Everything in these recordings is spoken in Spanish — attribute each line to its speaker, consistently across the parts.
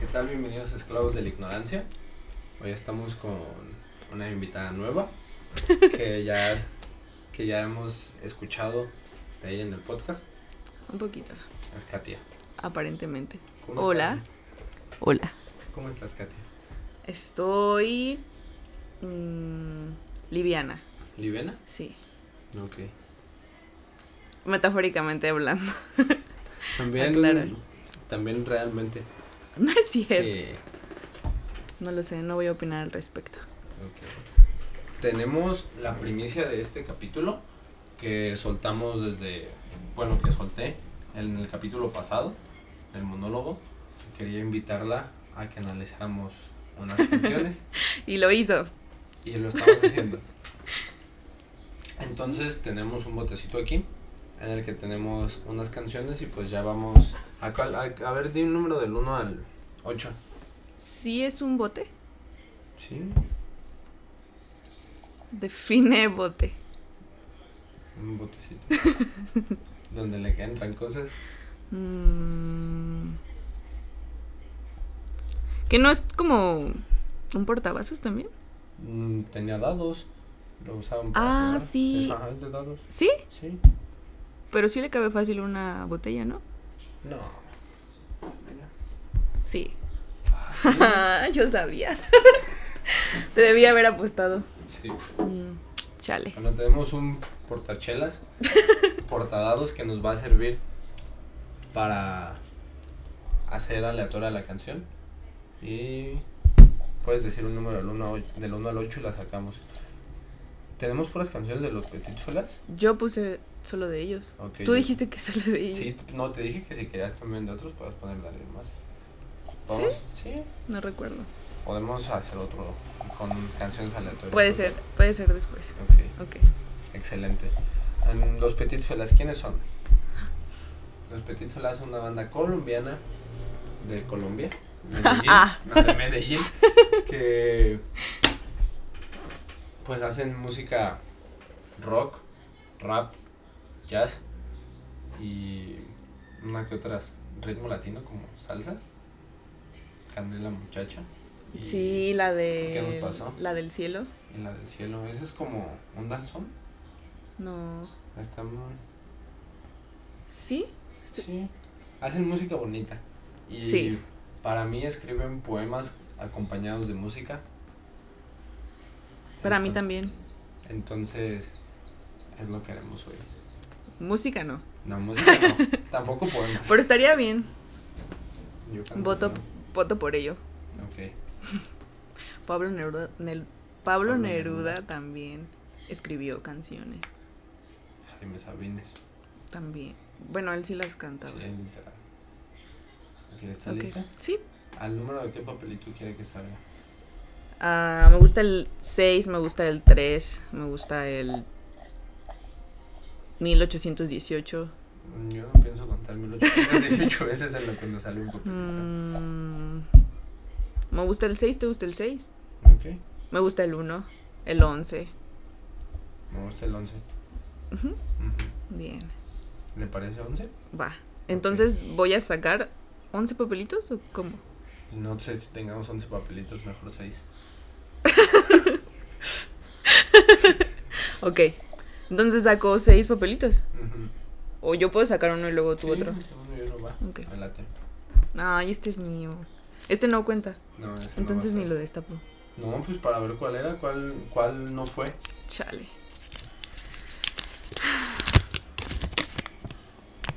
Speaker 1: ¿Qué tal? Bienvenidos a Esclavos de la Ignorancia. Hoy estamos con una invitada nueva que ya, que ya hemos escuchado de ella en el podcast.
Speaker 2: Un poquito,
Speaker 1: Es Katia.
Speaker 2: aparentemente.
Speaker 1: ¿Cómo
Speaker 2: Hola. Hola.
Speaker 1: Estás? ¿Cómo estás, Katia?
Speaker 2: Estoy mm, liviana,
Speaker 1: ¿Libena?
Speaker 2: sí.
Speaker 1: Ok.
Speaker 2: Metafóricamente hablando.
Speaker 1: También,
Speaker 2: Aclara.
Speaker 1: también realmente.
Speaker 2: No es cierto.
Speaker 1: Sí.
Speaker 2: No lo sé, no voy a opinar al respecto.
Speaker 1: Ok. Tenemos la primicia de este capítulo que soltamos desde, bueno, que solté en el capítulo pasado del monólogo. Quería invitarla a que analizáramos unas canciones
Speaker 2: Y lo hizo.
Speaker 1: y lo estamos haciendo. Entonces tenemos un botecito aquí en el que tenemos unas canciones y pues ya vamos a, cuál- a, a ver, di un número del 1 al 8.
Speaker 2: ¿Sí es un bote?
Speaker 1: ¿Sí?
Speaker 2: Define bote.
Speaker 1: Un botecito. Donde le entran cosas.
Speaker 2: Mm. Que no es como un portavasos también.
Speaker 1: Mm, tenía dados. Lo usaban
Speaker 2: Ah,
Speaker 1: jugar.
Speaker 2: sí.
Speaker 1: Es, ajá, es de dados.
Speaker 2: Sí,
Speaker 1: Sí.
Speaker 2: pero sí le cabe fácil una botella, ¿no?
Speaker 1: No.
Speaker 2: Sí.
Speaker 1: Ah, sí.
Speaker 2: Yo sabía. Te debía haber apostado.
Speaker 1: Sí.
Speaker 2: Mm, chale.
Speaker 1: Bueno, tenemos un portachelas, portadados que nos va a servir para hacer aleatoria la canción. Y puedes decir un número del 1, del 1 al 8 y la sacamos. Tenemos puras canciones de los Petit Felas.
Speaker 2: Yo puse solo de ellos.
Speaker 1: Ok,
Speaker 2: Tú
Speaker 1: yo-
Speaker 2: dijiste que solo de ellos.
Speaker 1: Sí, no, te dije que si querías también de otros, puedes poner de alguien más. ¿Vamos? sí.
Speaker 2: No recuerdo.
Speaker 1: Podemos hacer otro con canciones aleatorias.
Speaker 2: Puede ser, puede ser después.
Speaker 1: Ok,
Speaker 2: Ok.
Speaker 1: excelente. Em, los Petit Felas, ¿quiénes son? Los Petit Felas son una banda colombiana de Colombia, Medellín,
Speaker 2: Ah.
Speaker 1: no, de Medellín, que pues hacen música rock, rap, jazz y una que otras ritmo latino como salsa, Candela Muchacha. y-
Speaker 2: Sí, la de.
Speaker 1: ¿Qué nos pasó?
Speaker 2: La del cielo.
Speaker 1: en la del cielo. Ese es como un danzón.
Speaker 2: No.
Speaker 1: Está muy-
Speaker 2: ¿Sí? Sí.
Speaker 1: Sí. Hacen música bonita. Y
Speaker 2: Sí.
Speaker 1: para mí escriben poemas acompañados de música.
Speaker 2: Para mí
Speaker 1: Enton-
Speaker 2: también.
Speaker 1: Entonces, es lo que haremos hoy.
Speaker 2: Música no.
Speaker 1: No, música no. Tampoco poemas.
Speaker 2: Pero estaría bien.
Speaker 1: Yo canto,
Speaker 2: Voto,
Speaker 1: ¿no?
Speaker 2: voto por ello.
Speaker 1: Ok.
Speaker 2: Pablo Neruda, Nel- Pablo
Speaker 1: Pablo
Speaker 2: Neruda
Speaker 1: Neruda.
Speaker 2: también escribió canciones.
Speaker 1: Jaime Sabines.
Speaker 2: También. Bueno, él sí las cantaba.
Speaker 1: Sí, literal. Ok, ¿está
Speaker 2: Ok.
Speaker 1: lista?
Speaker 2: Sí,
Speaker 1: ¿Al número de qué papelito quiere que salga?
Speaker 2: Ah, me gusta el 6, me gusta el 3, me gusta el 1818.
Speaker 1: Mm, Yo no pienso contar 1818 veces en lo que nos sale un papelito.
Speaker 2: Mm, me gusta el 6, ¿te gusta el 6?
Speaker 1: Ok.
Speaker 2: Me gusta el 1, el 11.
Speaker 1: Me gusta el 11.
Speaker 2: Ujú,
Speaker 1: Ujú.
Speaker 2: Bien,
Speaker 1: ¿Le parece 11?
Speaker 2: va. Entonces voy a sacar 11 papelitos o cómo?
Speaker 1: No sé si tengamos 11 papelitos, mejor 6.
Speaker 2: Ok, entonces saco 6 papelitos. O yo puedo sacar uno y luego tú otro.
Speaker 1: Uno y uno va.
Speaker 2: Ok.
Speaker 1: Me Ah, late.
Speaker 2: Ay, este es mío. Este no cuenta.
Speaker 1: No, ese no va
Speaker 2: Entonces
Speaker 1: a
Speaker 2: ni
Speaker 1: ser.
Speaker 2: lo destapo.
Speaker 1: No, pues para ver cuál era, cuál, cuál no fue.
Speaker 2: Chale.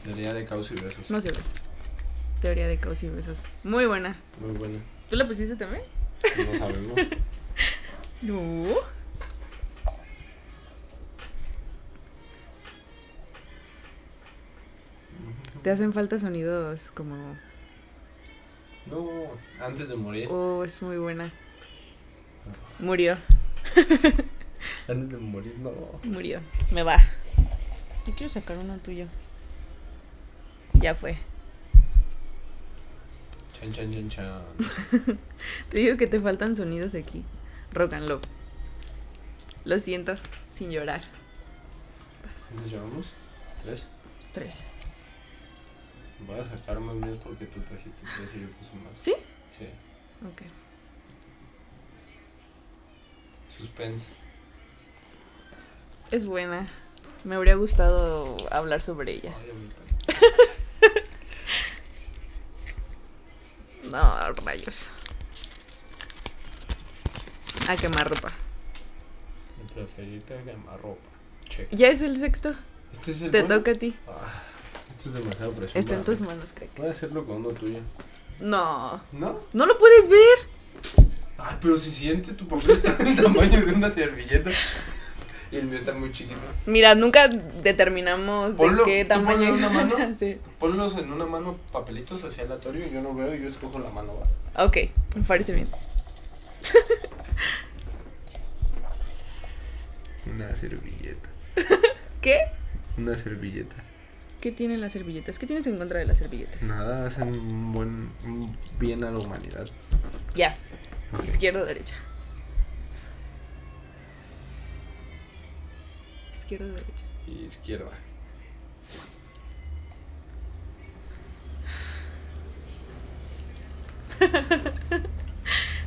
Speaker 1: Teoría de causa y besos.
Speaker 2: No se ve. Teoría de caos y besos. Muy buena.
Speaker 1: Muy buena.
Speaker 2: ¿Tú la pusiste también?
Speaker 1: No sabemos.
Speaker 2: No. Te hacen falta sonidos como...
Speaker 1: No, antes de morir.
Speaker 2: Oh, es muy buena. Murió,
Speaker 1: Antes de morir, no.
Speaker 2: murió. Me va. Yo quiero sacar uno tuyo. Ya fue.
Speaker 1: Chan, chan, chan, chan.
Speaker 2: Te digo que te faltan sonidos aquí. Rock and Love. Lo siento, sin llorar.
Speaker 1: Entonces llevamos tres.
Speaker 2: Tres.
Speaker 1: Voy a sacar más míos porque tú trajiste tres y yo puse más.
Speaker 2: ¿Sí?
Speaker 1: Sí.
Speaker 2: Ok.
Speaker 1: Suspense.
Speaker 2: Es buena. Me habría gustado hablar sobre ella.
Speaker 1: Ay, ahorita.
Speaker 2: No, rayos. A quemar ropa.
Speaker 1: Mi preferita es llamar ropa. Check.
Speaker 2: Ya es el sexto.
Speaker 1: Este es el
Speaker 2: Te
Speaker 1: bueno.
Speaker 2: toca a ti.
Speaker 1: Ah, esto es demasiado presunto.
Speaker 2: Está en tus manos, crack.
Speaker 1: Voy a hacerlo con uno tuyo.
Speaker 2: No.
Speaker 1: ¿No?
Speaker 2: No lo puedes ver.
Speaker 1: Ay, pero si siente tu papel está del tamaño de una servilleta. Y el mío está muy chiquito.
Speaker 2: Mira, nunca determinamos de
Speaker 1: Ponlo,
Speaker 2: qué
Speaker 1: ¿tú
Speaker 2: tamaño
Speaker 1: ponlo en una
Speaker 2: van
Speaker 1: mano?
Speaker 2: a ser.
Speaker 1: Ponlos en una mano papelitos hacia aleatorio y yo no veo y yo escojo la mano. ¿va?
Speaker 2: Ok, me parece bien.
Speaker 1: Una servilleta.
Speaker 2: ¿Qué?
Speaker 1: Una servilleta.
Speaker 2: ¿Qué tienen las servilletas? ¿Qué tienes en contra de las servilletas?
Speaker 1: Nada, hacen un buen un bien a la humanidad.
Speaker 2: Ya,
Speaker 1: Ok.
Speaker 2: izquierda o derecha. Izquierda o derecha.
Speaker 1: Izquierda.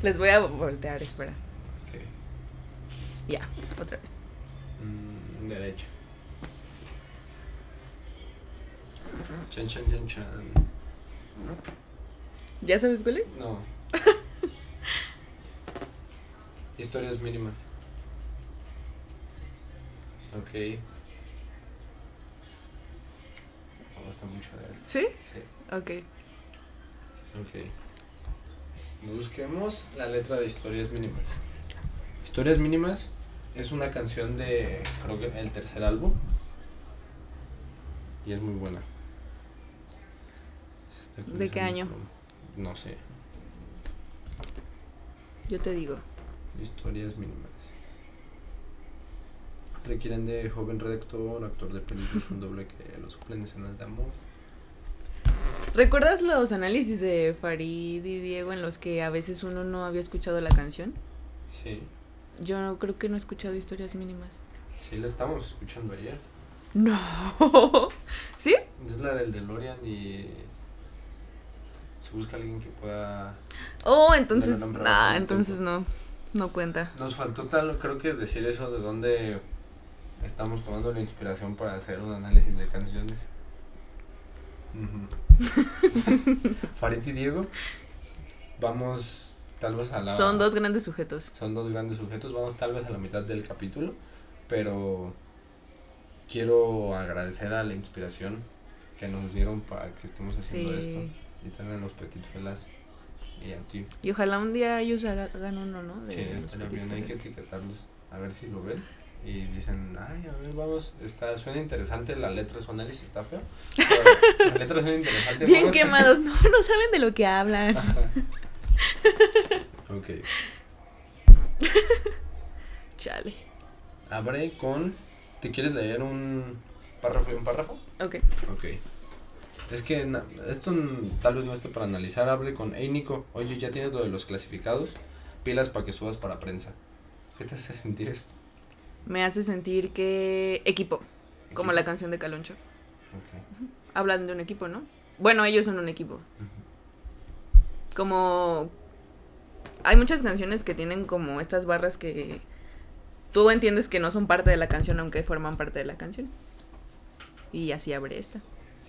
Speaker 2: Les voy a voltear, espera.
Speaker 1: Ok.
Speaker 2: Ya, otra vez.
Speaker 1: Mm, derecha. Chan, chan, chan, chan.
Speaker 2: ¿Ya sabes cuál es?
Speaker 1: No. Historias mínimas. Ok. Me gusta mucho de esto.
Speaker 2: ¿Sí?
Speaker 1: Sí,
Speaker 2: Ok.
Speaker 1: ok. Busquemos la letra de Historias mínimas. Historias mínimas es una canción de, creo que el tercer álbum. Y es muy buena. Se está
Speaker 2: ¿De qué
Speaker 1: cruzando
Speaker 2: año?
Speaker 1: con- No sé.
Speaker 2: Yo te digo.
Speaker 1: Historias mínimas. Requieren de joven redactor, actor de películas con doble que lo suplen escenas de amor.
Speaker 2: ¿Recuerdas los análisis de Farid y Diego en los que a veces uno no había escuchado la canción?
Speaker 1: Sí,
Speaker 2: Yo no- creo que no he escuchado historias mínimas.
Speaker 1: sí, la estamos escuchando ayer.
Speaker 2: No. ¿Sí?
Speaker 1: Es la del DeLorean y se busca alguien que pueda...
Speaker 2: Oh, entonces.
Speaker 1: Bueno, no, pero
Speaker 2: Ah,
Speaker 1: no
Speaker 2: entonces no. No cuenta.
Speaker 1: Nos faltó tal, creo que decir eso de dónde estamos tomando la inspiración para hacer un análisis de canciones. Ujú. Farid y Diego, vamos tal vez a la...
Speaker 2: Son dos grandes sujetos.
Speaker 1: son dos grandes sujetos. Vamos tal vez a la mitad del capítulo, pero quiero agradecer a la inspiración que nos dieron para que estemos haciendo
Speaker 2: Sí.
Speaker 1: esto. Y también a los Petit Felas y a ti.
Speaker 2: Y ojalá un día ellos haga- hagan uno, ¿no? De
Speaker 1: Sí,
Speaker 2: los
Speaker 1: estaría bien, hay
Speaker 2: petites.
Speaker 1: que etiquetarlos, a ver si lo ven. Y dicen, ay, a ver, vamos, está, suena interesante la letra, su análisis está feo. pero la letra suena interesante.
Speaker 2: Bien
Speaker 1: vamos a-
Speaker 2: quemados, no, no saben de lo que hablan.
Speaker 1: ok.
Speaker 2: Chale.
Speaker 1: Abre con. ¿Te quieres leer un párrafo y un párrafo?
Speaker 2: Ok.
Speaker 1: Ok. Es que na- esto n- tal vez no esté para analizar. Abre con, hey Nico, oye, ya tienes lo de los clasificados. Pilas para que subas para prensa. ¿Qué te hace sentir esto?
Speaker 2: Me hace sentir que equipo, como la canción de Caloncho.
Speaker 1: Ok.
Speaker 2: Hablan de un equipo, ¿no? Bueno, ellos son un equipo. Como hay muchas canciones que tienen como estas barras que tú entiendes que no son parte de la canción aunque forman parte de la canción. Y así abre esta.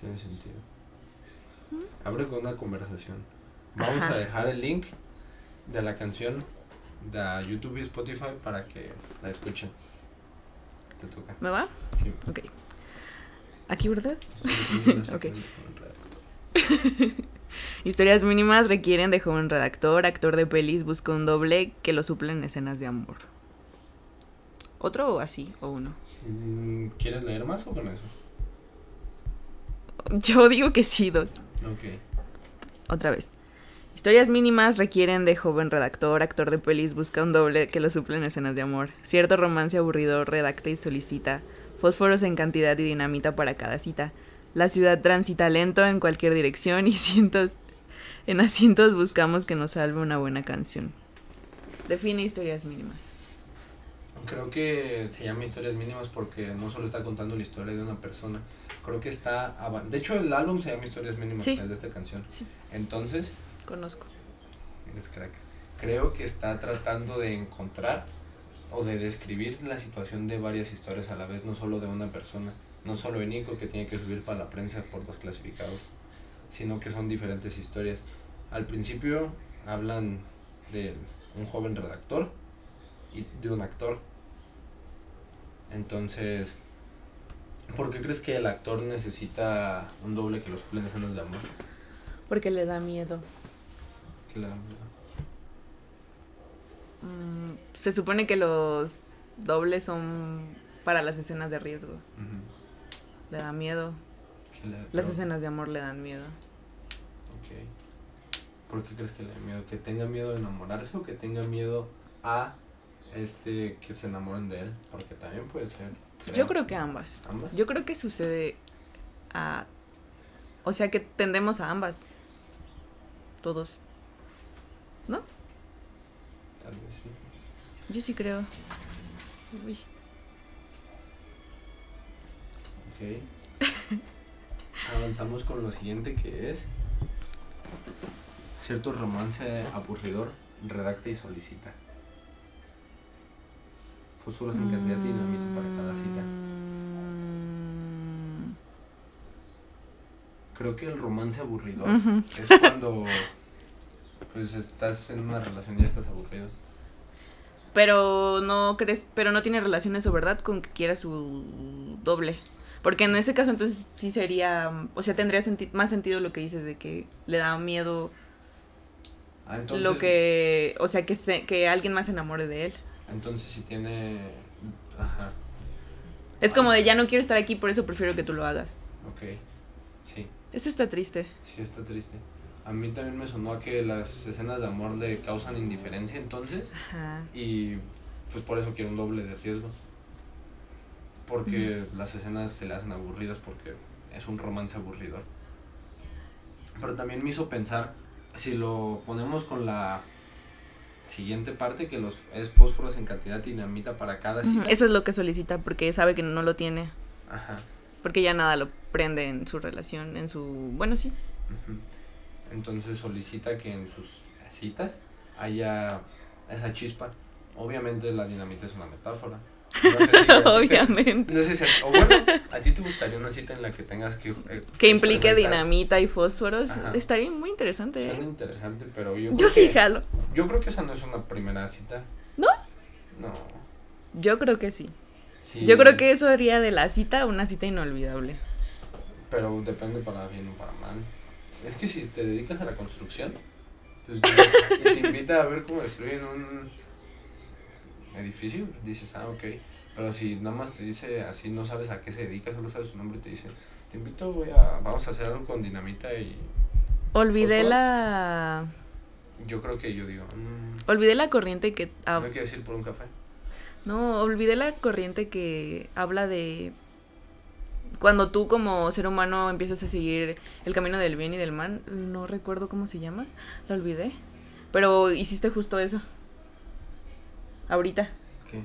Speaker 1: Tiene sentido. Abre con una conversación. Vamos
Speaker 2: Ajá.
Speaker 1: a dejar el link de la canción de YouTube y Spotify para que la escuchen. Te toca.
Speaker 2: ¿Me va?
Speaker 1: Sí.
Speaker 2: Ok. Aquí, ¿verdad? Ok. Historias mínimas requieren de joven redactor, actor de pelis busca un doble que lo suple en escenas de amor. ¿Otro o así? ¿O uno?
Speaker 1: Mm, ¿Quieres leer más o con eso?
Speaker 2: Yo digo que sí, dos.
Speaker 1: Ok.
Speaker 2: Otra vez. Historias mínimas requieren de joven redactor, actor de pelis busca un doble que lo suple en escenas de amor. Cierto romance aburrido redacta y solicita. Fósforos en cantidad y dinamita para cada cita. La ciudad transita lento en cualquier dirección y cientos. En asientos buscamos que nos salve una buena canción. Define historias mínimas.
Speaker 1: Creo que se llama Historias Mínimas porque no solo está contando la historia de una persona, creo que está... avan- De hecho, el álbum se llama Historias Mínimas,
Speaker 2: Sí.
Speaker 1: el de esta canción.
Speaker 2: Sí.
Speaker 1: Entonces,
Speaker 2: Conozco.
Speaker 1: eres crack. Creo que está tratando de encontrar o de describir la situación de varias historias a la vez, no solo de una persona, no solo en Nico que tiene que subir para la prensa por los clasificados, sino que son diferentes historias. Al principio hablan de un joven redactor y de un actor. Entonces, ¿por qué crees que el actor necesita un doble que lo suple en escenas de amor?
Speaker 2: Porque le da miedo.
Speaker 1: Claro.
Speaker 2: Mm, se supone que los dobles son para las escenas de riesgo.
Speaker 1: Ujú.
Speaker 2: Le da miedo.
Speaker 1: Que le-
Speaker 2: Las
Speaker 1: pero-
Speaker 2: escenas de amor le dan miedo.
Speaker 1: Ok. ¿Por qué crees que le da miedo? ¿Que tenga miedo de enamorarse o que tenga miedo a este que se enamoren de él? Porque también puede ser.
Speaker 2: Yo creo que ambas.
Speaker 1: ¿Ambas?
Speaker 2: Yo creo que sucede a... O sea que tendemos a ambas. Todos.
Speaker 1: Tal vez sí.
Speaker 2: Yo sí creo. Uy.
Speaker 1: Ok. Avanzamos con lo siguiente que es cierto romance aburridor redacta y solicita. Fósforos en cantidad y dinamita para cada cita.
Speaker 2: Mm.
Speaker 1: Creo que el romance aburridor
Speaker 2: Ujú.
Speaker 1: es cuando pues estás en una relación y ya estás aburrido.
Speaker 2: Pero no crees, pero no tiene relación eso, ¿verdad? Con que quiera su doble. Porque en ese caso entonces sí sería, mm, o sea, tendría senti- más sentido lo que dices de que le da miedo
Speaker 1: Ah, entonces,
Speaker 2: lo que, o sea, que se- que alguien más se enamore de él.
Speaker 1: entonces si tiene... Ajá,
Speaker 2: Es como de ya no quiero estar aquí, por eso prefiero que tú lo hagas.
Speaker 1: ok. Sí,
Speaker 2: Eso está triste.
Speaker 1: sí está triste. A mí también me sonó a que las escenas de amor le causan indiferencia entonces
Speaker 2: Ajá.
Speaker 1: y pues por eso quiero un doble de riesgo. Porque las escenas se le hacen aburridas porque es un romance aburridor. Pero también me hizo pensar, si lo ponemos con la siguiente parte, que los es fósforos en cantidad y dinamita para cada
Speaker 2: Ujú,
Speaker 1: cita.
Speaker 2: Eso es lo que solicita porque sabe que no lo tiene,
Speaker 1: Ajá.
Speaker 2: porque ya nada lo prende en su relación, en su, bueno, sí.
Speaker 1: Ujú. Entonces solicita que en sus citas haya esa chispa. Obviamente la dinamita es una metáfora. No sé si a ti te-
Speaker 2: Obviamente.
Speaker 1: no sé si a- o bueno, ¿a ti te gustaría una cita en la que tengas que... eh,
Speaker 2: Que implique
Speaker 1: experimentar?
Speaker 2: dinamita y fósforos,
Speaker 1: Ajá.
Speaker 2: estaría muy interesante.
Speaker 1: Suena
Speaker 2: ¿eh?
Speaker 1: interesante, pero yo... creo
Speaker 2: Yo sí
Speaker 1: que-
Speaker 2: jalo.
Speaker 1: Yo creo que esa no es una primera cita.
Speaker 2: ¿No?
Speaker 1: No.
Speaker 2: Yo creo que sí.
Speaker 1: Sí,
Speaker 2: Yo creo que eso haría de la cita una cita inolvidable.
Speaker 1: Pero depende para bien o para mal. Es que si te dedicas a la construcción, pues dices- y te invita a ver cómo destruyen un edificio, dices, ah, ok. Pero si nada más te dice así, no sabes a qué se dedica, solo sabes su nombre y te dice, te invito, voy a, vamos a hacer algo con dinamita y
Speaker 2: Olvidé
Speaker 1: ¿Fósforos?
Speaker 2: la
Speaker 1: yo creo que yo digo, mm,
Speaker 2: olvidé la corriente que ah,
Speaker 1: no
Speaker 2: hab-
Speaker 1: hay que decir por un café.
Speaker 2: no, olvidé la corriente que habla de cuando tú como ser humano empiezas a seguir el camino del bien y del mal, no recuerdo cómo se llama, la olvidé. Pero hiciste justo eso. Ahorita.
Speaker 1: ¿Qué?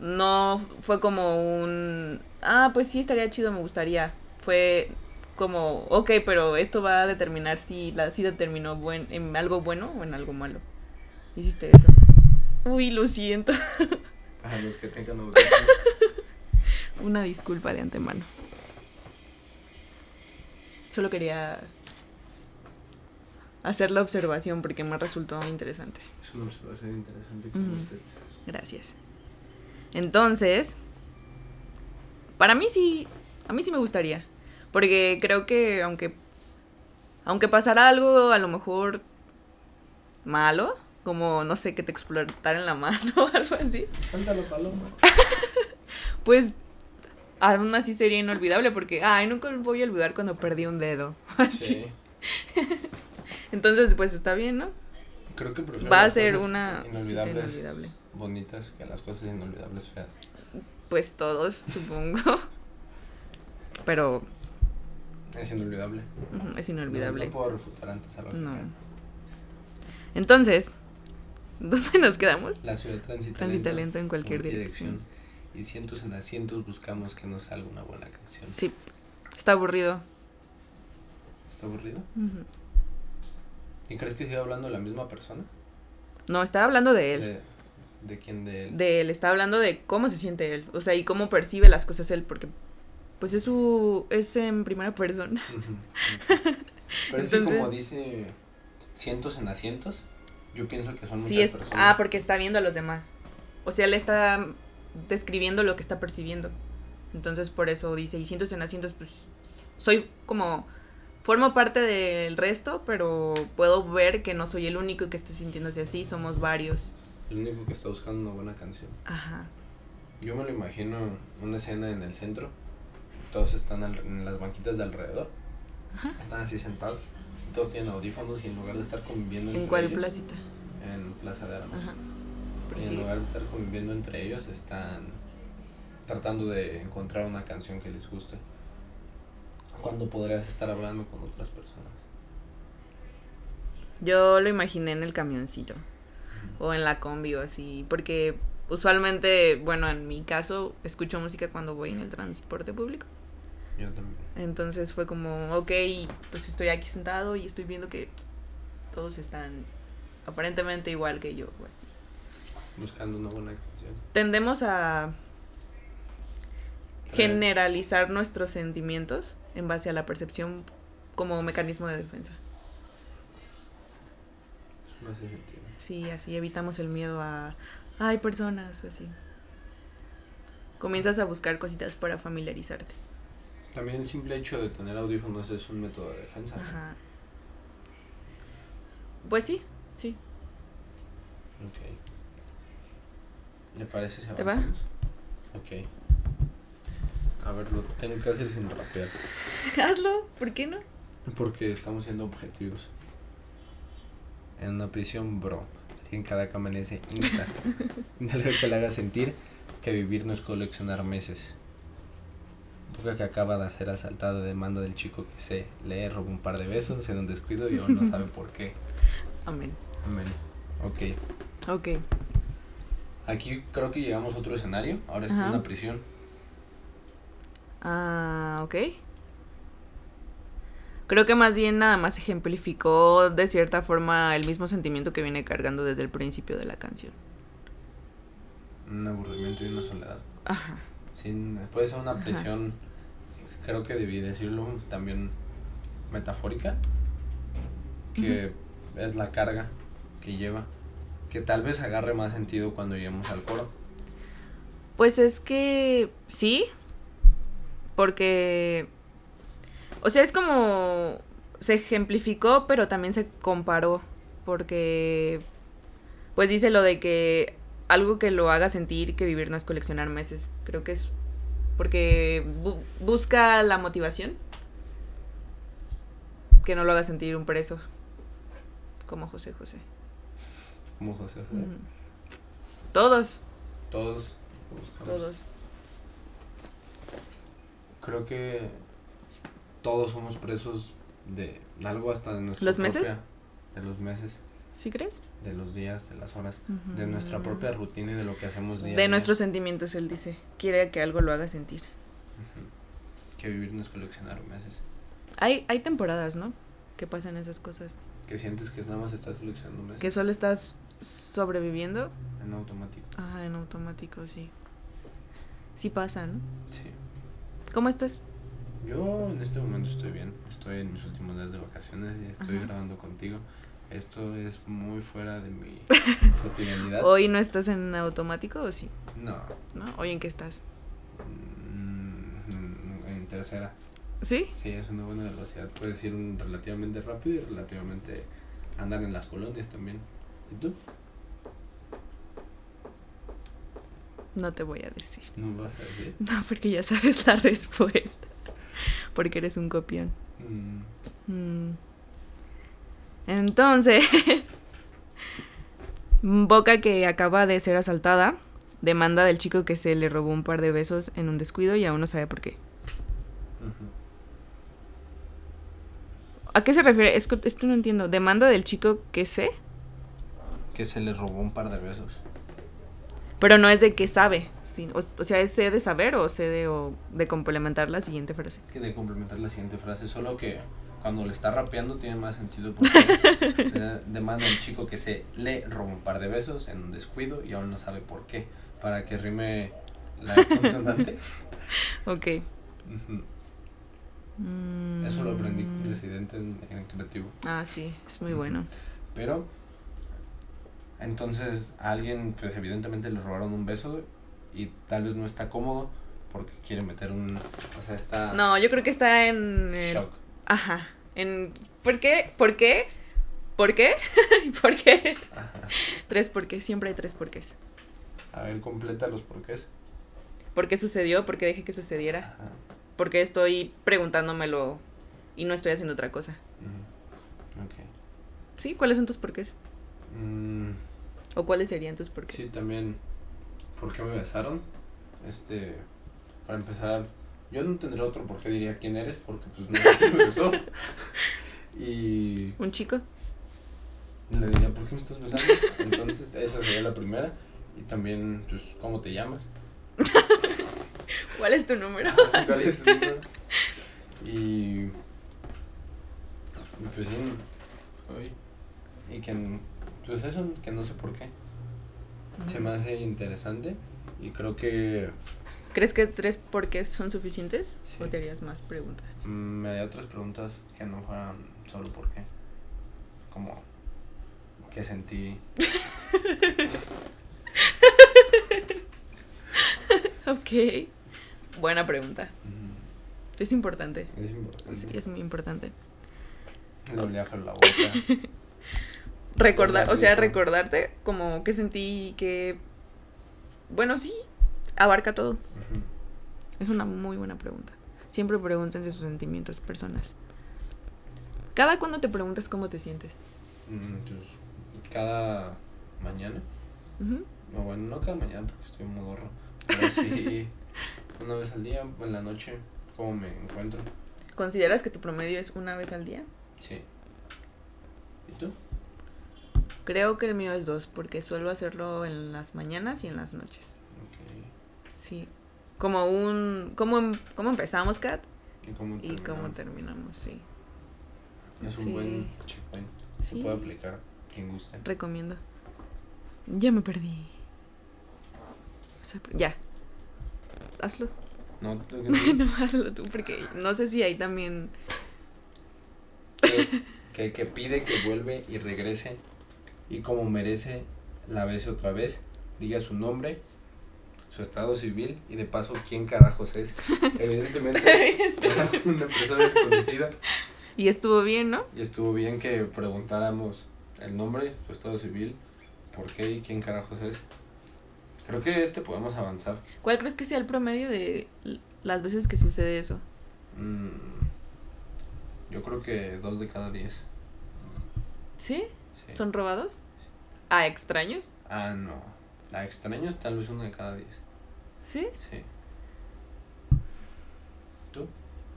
Speaker 2: no fue como un, ah, pues sí, estaría chido, me gustaría. Fue como, ok, pero esto va a determinar si la cita terminó buen, en algo bueno o en algo malo. Hiciste eso. Uy, lo siento.
Speaker 1: A los que tengan
Speaker 2: Una disculpa de antemano. Solo quería hacer la observación porque me resultó interesante.
Speaker 1: Es una observación interesante
Speaker 2: como
Speaker 1: como
Speaker 2: Ujú. usted.
Speaker 1: usted.
Speaker 2: Gracias. Entonces, para mí sí, a mí sí me gustaría, porque creo que aunque aunque pasara algo a lo mejor malo, como no sé, que te explotaran la mano o algo así,
Speaker 1: Suéltalo, paloma.
Speaker 2: pues aún así sería inolvidable porque ay, nunca me voy a olvidar cuando perdí un dedo.
Speaker 1: Sí.
Speaker 2: Entonces, pues está bien, ¿no?
Speaker 1: Creo que prefiero
Speaker 2: Va a
Speaker 1: Pues las
Speaker 2: ser
Speaker 1: cosas
Speaker 2: una cita
Speaker 1: inolvidables
Speaker 2: inolvidable.
Speaker 1: bonitas que las cosas inolvidables feas.
Speaker 2: Pues todos, supongo. Pero
Speaker 1: Es inolvidable.
Speaker 2: ujú, es
Speaker 1: No-
Speaker 2: inolvidable.
Speaker 1: No, puedo refutar antes a lo que
Speaker 2: No.
Speaker 1: sea.
Speaker 2: Entonces, ¿dónde nos quedamos?
Speaker 1: La ciudad transita,
Speaker 2: Transita
Speaker 1: lento
Speaker 2: lento en cualquier
Speaker 1: cualquier
Speaker 2: dirección.
Speaker 1: Y cientos en asientos buscamos que nos salga una buena canción.
Speaker 2: Sí, está aburrido.
Speaker 1: ¿Está aburrido?
Speaker 2: Ujú.
Speaker 1: ¿Y crees que sigue hablando de la misma persona?
Speaker 2: No, estaba hablando de él.
Speaker 1: ¿De, de quién? De él.
Speaker 2: de él, está hablando de cómo se siente él, o sea, y cómo percibe las cosas él, porque pues es su, es en primera persona.
Speaker 1: Pero es que como
Speaker 2: Entonces-
Speaker 1: dice cientos en asientos, yo pienso que son muchas
Speaker 2: Sí, es,
Speaker 1: personas.
Speaker 2: ah, porque está viendo a los demás, o sea, le está describiendo lo que está percibiendo, entonces por eso dice, y cientos en asientos, pues soy como, formo parte del resto, pero puedo ver que no soy el único que está sintiéndose así, somos varios.
Speaker 1: El único que está buscando una buena canción.
Speaker 2: Ajá,
Speaker 1: Yo me lo imagino una escena en el centro. Todos están al- en las banquitas de alrededor. Están así sentados. Todos tienen audífonos y en lugar de estar conviviendo
Speaker 2: ¿en
Speaker 1: entre
Speaker 2: cuál
Speaker 1: ellos,
Speaker 2: placita?
Speaker 1: en Plaza de Armas.
Speaker 2: Ajá,
Speaker 1: Y en
Speaker 2: prosigue.
Speaker 1: lugar de estar conviviendo entre ellos, están tratando de encontrar una canción que les guste. ¿Cuándo podrías estar hablando con otras personas?
Speaker 2: Yo lo imaginé en el camioncito o en la combi o así, porque usualmente, bueno, en mi caso, escucho música cuando voy en el transporte público.
Speaker 1: Yo también.
Speaker 2: Entonces fue como, ok, pues estoy aquí sentado y estoy viendo que todos están aparentemente igual que yo o así.
Speaker 1: Buscando una buena canción.
Speaker 2: Tendemos a
Speaker 1: Trae-
Speaker 2: generalizar nuestros sentimientos en base a la percepción como mecanismo de defensa.
Speaker 1: Eso me hace sentido.
Speaker 2: Sí, así evitamos el miedo a. Ay, personas, o así. Comienzas a buscar cositas para familiarizarte.
Speaker 1: También el simple hecho de tener audífonos es un método de defensa. ¿no?
Speaker 2: Ajá. Pues sí, sí.
Speaker 1: Ok. ¿Le parece si
Speaker 2: ¿Te va?
Speaker 1: avanzamos? Ok. A ver, lo tengo que hacer sin rapear.
Speaker 2: Hazlo, ¿por qué no?
Speaker 1: Porque estamos siendo objetivos. En una prisión, bro. En cada cama en ese insta. Algo que le haga sentir que vivir no es coleccionar meses. Boca que acaba de ser asaltada demanda del chico que sé. Le robó un par de besos en un descuido y aún no sabe por qué.
Speaker 2: Amén.
Speaker 1: Amén. Ok.
Speaker 2: Ok.
Speaker 1: Aquí creo que llegamos a otro escenario. Ahora está en
Speaker 2: Ajá.
Speaker 1: una prisión.
Speaker 2: Ah, ok. Creo que más bien nada más ejemplificó de cierta forma el mismo sentimiento que viene cargando desde el principio de la canción.
Speaker 1: Un aburrimiento y una soledad.
Speaker 2: Ajá.
Speaker 1: Sin, puede ser una
Speaker 2: Ajá.
Speaker 1: prisión, creo que debí decirlo, también metafórica, que es la carga que lleva, que tal vez agarre más sentido cuando lleguemos al coro.
Speaker 2: Pues es que sí, porque, o sea, es como se ejemplificó, pero también se comparó, porque, pues dice lo de que algo que lo haga sentir que vivir no es coleccionar meses, creo que es porque bu- busca la motivación, que no lo haga sentir un preso, como José José.
Speaker 1: Como José, José.
Speaker 2: Ujú. Todos,
Speaker 1: todos lo buscamos.
Speaker 2: todos.
Speaker 1: Creo que todos somos presos de algo hasta de nuestra
Speaker 2: ¿Los meses?
Speaker 1: propia- de los meses,
Speaker 2: ¿Sí crees?
Speaker 1: de los días, de las horas, de nuestra
Speaker 2: Ujú.
Speaker 1: propia rutina y de lo que hacemos día a
Speaker 2: De
Speaker 1: día.
Speaker 2: nuestros sentimientos, él dice. Quiere que algo lo haga sentir.
Speaker 1: Ujú. Que vivir no es coleccionar meses.
Speaker 2: Hay, hay temporadas, ¿no? Que pasan esas cosas.
Speaker 1: Que sientes que nada más estás coleccionando meses.
Speaker 2: Que solo estás sobreviviendo.
Speaker 1: En automático.
Speaker 2: Ajá, en automático, sí. Sí pasa, ¿no?
Speaker 1: Sí.
Speaker 2: ¿Cómo estás?
Speaker 1: Yo en este momento estoy bien. Estoy en mis últimos días de vacaciones y estoy
Speaker 2: Ajá.
Speaker 1: grabando contigo. Esto es muy fuera de mi cotidianidad.
Speaker 2: ¿Hoy no estás en automático o sí?
Speaker 1: No.
Speaker 2: ¿No? ¿Hoy en qué estás?
Speaker 1: Mm, En tercera.
Speaker 2: ¿Sí?
Speaker 1: Sí, es una buena velocidad. Puedes ir un- relativamente rápido y relativamente andar en las colonias también. ¿Y tú?
Speaker 2: No te voy a decir.
Speaker 1: ¿No vas a decir?
Speaker 2: No, porque ya sabes la respuesta. Porque eres un copión.
Speaker 1: Mm,
Speaker 2: Mm. Entonces, Boca que acaba de ser asaltada, demanda del chico que se le robó un par de besos en un descuido y aún no sabe por qué.
Speaker 1: ujú.
Speaker 2: ¿A qué se refiere? Es que- esto no entiendo. Demanda del chico que sé,
Speaker 1: Que se les robó un par de besos.
Speaker 2: pero no es de que sabe. sí, o, o sea, es sé de saber o sé de, o de complementar la siguiente frase.
Speaker 1: que de complementar la siguiente frase, solo que Cuando le está rapeando tiene más sentido porque eh, demanda un chico que se le roba un par de besos en un descuido y aún no sabe por qué. Para que rime la consonante.
Speaker 2: Ok.
Speaker 1: Ujú.
Speaker 2: Mm.
Speaker 1: Eso lo aprendí con Residente en, en creativo.
Speaker 2: Ah, sí, es muy bueno.
Speaker 1: Pero entonces a alguien pues evidentemente le robaron un beso y tal vez no está cómodo porque quiere meter un, o sea, está
Speaker 2: No, yo creo que está en... el-
Speaker 1: shock.
Speaker 2: Ajá. En... ¿Por qué? ¿Por qué? ¿Por qué? ¿Por qué?
Speaker 1: Ajá.
Speaker 2: Tres porqués, siempre hay tres porqués.
Speaker 1: A ver, completa los porqués.
Speaker 2: ¿Por qué sucedió? ¿Por qué dejé que sucediera?
Speaker 1: Ajá.
Speaker 2: ¿Por qué estoy preguntándomelo y no estoy haciendo otra cosa?
Speaker 1: Ujú. Ok.
Speaker 2: ¿Sí? ¿Cuáles son tus porqués?
Speaker 1: Mm,
Speaker 2: ¿O cuáles serían tus porqués?
Speaker 1: sí, también ¿por qué me besaron? Este, para empezar, yo no tendré otro porque diría quién eres porque pues no sé quién me besó. Y
Speaker 2: ¿Un chico?
Speaker 1: Le diría, ¿por qué me estás besando? Entonces, esa sería la primera. Y también, pues, ¿cómo te llamas?
Speaker 2: ¿Cuál es tu número?
Speaker 1: ¿Cuál es tu número? Y. y Pues sí. ay, Y que. n- Pues eso, que no sé por qué. Se me hace interesante. Y creo que
Speaker 2: ¿Crees que tres porqués son suficientes?
Speaker 1: Sí.
Speaker 2: ¿O te harías más preguntas?
Speaker 1: mm, me haría otras preguntas que no fueran solo por qué. Como. ¿Qué sentí?
Speaker 2: Ok. Buena pregunta.
Speaker 1: Mm,
Speaker 2: Es importante.
Speaker 1: Es
Speaker 2: Sí,
Speaker 1: importante.
Speaker 2: es muy importante.
Speaker 1: Le olía feo la boca.
Speaker 2: Recordar, o sea,
Speaker 1: Hablar rico.
Speaker 2: recordarte como que sentí que... Bueno, sí, abarca todo.
Speaker 1: Ujú.
Speaker 2: Es una muy buena pregunta. Siempre pregúntense sus sentimientos, personas. Cada cuando te preguntas cómo te sientes.
Speaker 1: Mm, pues, cada mañana.
Speaker 2: Ujú.
Speaker 1: No, bueno, no cada mañana porque estoy modorro. Pero sí, una vez al día, en la noche, como me encuentro.
Speaker 2: ¿Consideras que tu promedio es una vez al día?
Speaker 1: Sí. ¿Y tú?
Speaker 2: Creo que el mío es dos, porque suelo hacerlo en las mañanas y en las noches.
Speaker 1: Ok.
Speaker 2: Sí. Como un... ¿Cómo, em- cómo empezamos, Kat?
Speaker 1: ¿Y cómo
Speaker 2: Y cómo
Speaker 1: terminamos?
Speaker 2: terminamos, sí.
Speaker 1: Es un
Speaker 2: Sí.
Speaker 1: buen checkpoint. Se
Speaker 2: Sí.
Speaker 1: puede aplicar quien guste.
Speaker 2: Recomiendo. Ya me perdí. Sorpre- Ya. Hazlo.
Speaker 1: No, tú que sí.
Speaker 2: no, hazlo tú, porque no sé si ahí también...
Speaker 1: que, que, que pide que vuelve y regrese y como merece la bese otra vez, diga su nombre, su estado civil y de paso quién carajos es. Evidentemente era una persona desconocida
Speaker 2: Y estuvo bien, ¿no?
Speaker 1: y estuvo bien que preguntáramos el nombre, su estado civil, por qué y quién carajos es. Creo que este podemos avanzar.
Speaker 2: ¿Cuál crees que sea el promedio de l- las veces que sucede eso?
Speaker 1: Mm, yo creo que dos de cada diez.
Speaker 2: ¿Sí?
Speaker 1: sí.
Speaker 2: ¿Son robados? ¿A extraños?
Speaker 1: Ah, no. La extraño tal vez una de cada diez.
Speaker 2: ¿Sí?
Speaker 1: Sí. ¿Tú?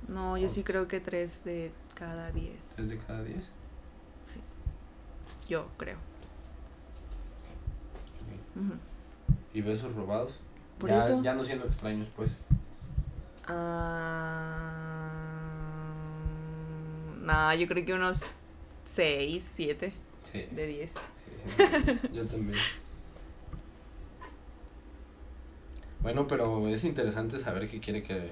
Speaker 2: No, yo sí creo que tres de cada diez.
Speaker 1: ¿Tres de cada diez?
Speaker 2: Yo creo. Ujú.
Speaker 1: ¿Y besos robados?
Speaker 2: Por
Speaker 1: ya,
Speaker 2: eso.
Speaker 1: ya no siendo extraños, pues.
Speaker 2: Ah, no, yo creo que unos seis, siete
Speaker 1: Sí.
Speaker 2: de diez.
Speaker 1: sí, sí, sí. Yo también. Bueno, pero es interesante saber que quiere que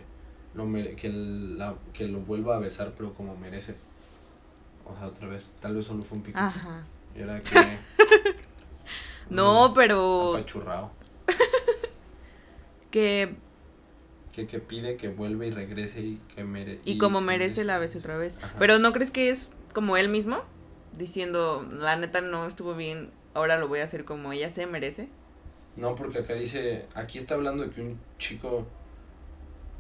Speaker 1: lo, mere- que, la, que lo vuelva a besar, pero como merece. O sea, otra vez. Tal vez solo fue un piquito.
Speaker 2: Ajá.
Speaker 1: Y era que.
Speaker 2: No,
Speaker 1: Mm,
Speaker 2: pero
Speaker 1: Apachurrado.
Speaker 2: que
Speaker 1: Que, que pide que vuelva y regrese y que merece.
Speaker 2: y como merece la vez otra vez.
Speaker 1: Ajá.
Speaker 2: Pero no crees que es como él mismo diciendo, la neta no estuvo bien, ahora lo voy a hacer como ella se merece.
Speaker 1: No, porque acá dice, aquí está hablando de que un chico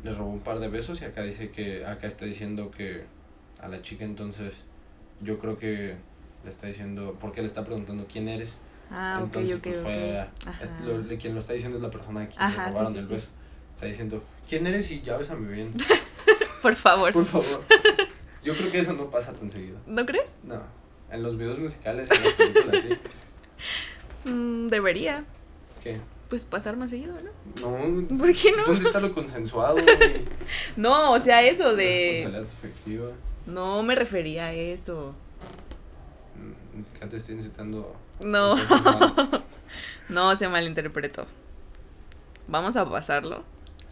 Speaker 1: le robó un par de besos y acá dice que, acá está diciendo que a la chica entonces, yo creo que le está diciendo, porque le está preguntando quién eres.
Speaker 2: Ah, ok,
Speaker 1: entonces,
Speaker 2: ok,
Speaker 1: pues, fue-
Speaker 2: ok.
Speaker 1: es-
Speaker 2: Ajá.
Speaker 1: lo- le- quien lo está diciendo es la persona a quien
Speaker 2: Ajá,
Speaker 1: le
Speaker 2: sí,
Speaker 1: robaron
Speaker 2: sí,
Speaker 1: el
Speaker 2: sí.
Speaker 1: beso. Está diciendo, ¿quién eres? Y ya bésame bien,
Speaker 2: Por favor.
Speaker 1: por favor. Yo creo que eso no pasa tan seguido.
Speaker 2: ¿No crees?
Speaker 1: No, en los videos musicales, en las películas, sí.
Speaker 2: Mm, debería,
Speaker 1: ¿Qué?
Speaker 2: pues, pasar más seguido, ¿no?
Speaker 1: No,
Speaker 2: ¿Por qué no?
Speaker 1: ¿dónde está lo consensuado? güey?
Speaker 2: No, o sea, eso
Speaker 1: Responsabilidad
Speaker 2: de...
Speaker 1: afectiva.
Speaker 2: No me refería a eso.
Speaker 1: Mm, Que te estoy incitando.
Speaker 2: No.
Speaker 1: Entonces,
Speaker 2: No, se malinterpretó. Vamos a pasarlo.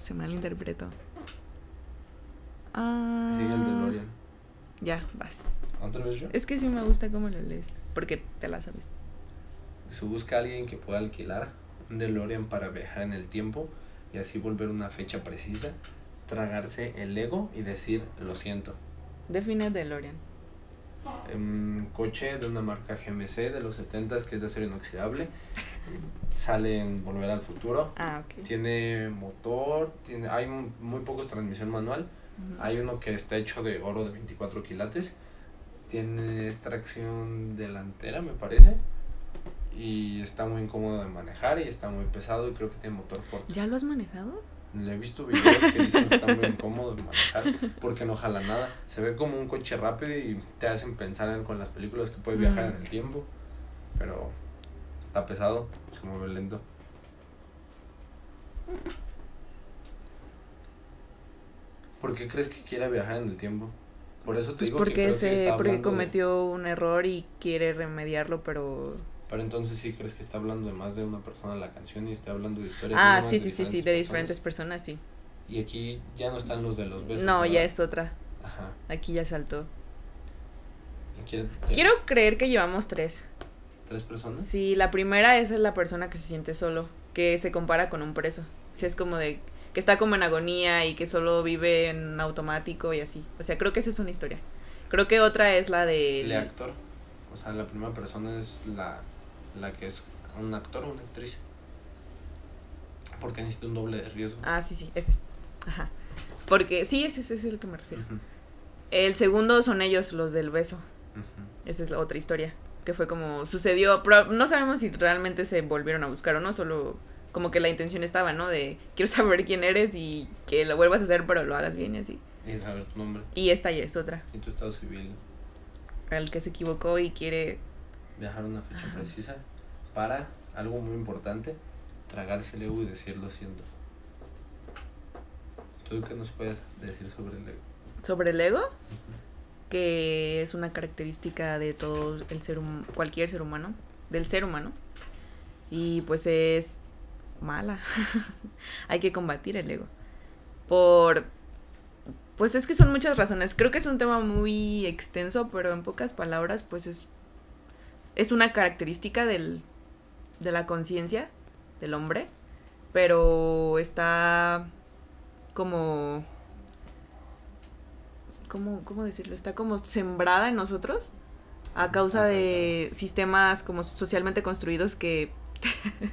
Speaker 2: Se malinterpretó. Ah,
Speaker 1: Sigue el DeLorean.
Speaker 2: Ya, vas.
Speaker 1: ¿Otra vez yo?
Speaker 2: Es que sí me gusta cómo lo lees. Porque te la sabes.
Speaker 1: Se busca alguien que pueda alquilar un DeLorean para viajar en el tiempo y así volver a una fecha precisa, tragarse el ego y decir lo siento.
Speaker 2: Define DeLorean.
Speaker 1: Un Em, coche de una marca GMC de los 70s que es de acero inoxidable, sale en Volver al Futuro,
Speaker 2: Ah, ok.
Speaker 1: tiene motor, tiene, hay un- muy pocos transmisión manual,
Speaker 2: Ujú.
Speaker 1: hay uno que está hecho de oro de 24 quilates, tiene extracción delantera me parece. Y está muy incómodo de manejar y está muy pesado y creo que tiene motor fuerte.
Speaker 2: ¿Ya lo has manejado?
Speaker 1: Le he visto videos que dicen que está muy incómodo de manejar porque no jala nada. Se ve como un coche rápido y te hacen pensar en- con las películas que puedes viajar en el tiempo. Pero está pesado, se mueve lento. ¿Por qué crees que quiera viajar en el tiempo? Por eso te
Speaker 2: Pues
Speaker 1: digo que
Speaker 2: porque,
Speaker 1: creo que
Speaker 2: se,
Speaker 1: está
Speaker 2: porque
Speaker 1: hablando de-
Speaker 2: cometió un error y quiere remediarlo, pero...
Speaker 1: Pero entonces sí crees que está hablando de más de una persona en la canción y está hablando de historias.
Speaker 2: Ah,
Speaker 1: mínimas
Speaker 2: sí, sí, sí, sí, de
Speaker 1: personas.
Speaker 2: diferentes personas, sí.
Speaker 1: Y aquí ya no están los de los besos.
Speaker 2: No, ya
Speaker 1: Pues ¿verdad?
Speaker 2: es otra.
Speaker 1: Ajá.
Speaker 2: Aquí ya saltó.
Speaker 1: ¿Y quiere-
Speaker 2: Quiero creer que llevamos tres.
Speaker 1: ¿Tres personas?
Speaker 2: Sí, la primera es la persona que se siente solo, que se compara con un preso. Si es como de que está como en agonía y que solo vive en automático y así. O sea, creo que esa es una historia. Creo que otra es la de
Speaker 1: El actor. O sea, la primera persona es la, la que es un actor o una actriz. Porque necesita un doble de riesgo.
Speaker 2: Ah, sí, sí, ese. Ajá. Porque sí, ese, ese es el que me refiero.
Speaker 1: Ujú,
Speaker 2: El segundo son ellos los del beso.
Speaker 1: ujú.
Speaker 2: Esa es la otra historia. Que fue como sucedió. prob- No sabemos si realmente se volvieron a buscar o no. Solo como que la intención estaba, ¿no? De quiero saber quién eres y que lo vuelvas a hacer, pero lo hagas bien y así.
Speaker 1: Y saber tu nombre
Speaker 2: Y esta ya es otra.
Speaker 1: y tu estado civil.
Speaker 2: El que se equivocó y quiere.
Speaker 1: Viajar a una fecha
Speaker 2: Ajá.
Speaker 1: precisa para algo muy importante: tragarse el ego y decir lo siento. ¿Tú qué nos puedes decir sobre el ego?
Speaker 2: Sobre el ego. Que es una característica de todo el ser hum- cualquier ser humano. Del ser humano. Y pues es mala. Hay que combatir el ego. Por. Pues es que son muchas razones. Creo que es un tema muy extenso, pero en pocas palabras, pues es. Es una característica del, de la conciencia del hombre, pero está como. ¿Cómo, ¿Cómo decirlo? Está como sembrada en nosotros a causa de sistemas como socialmente construidos que,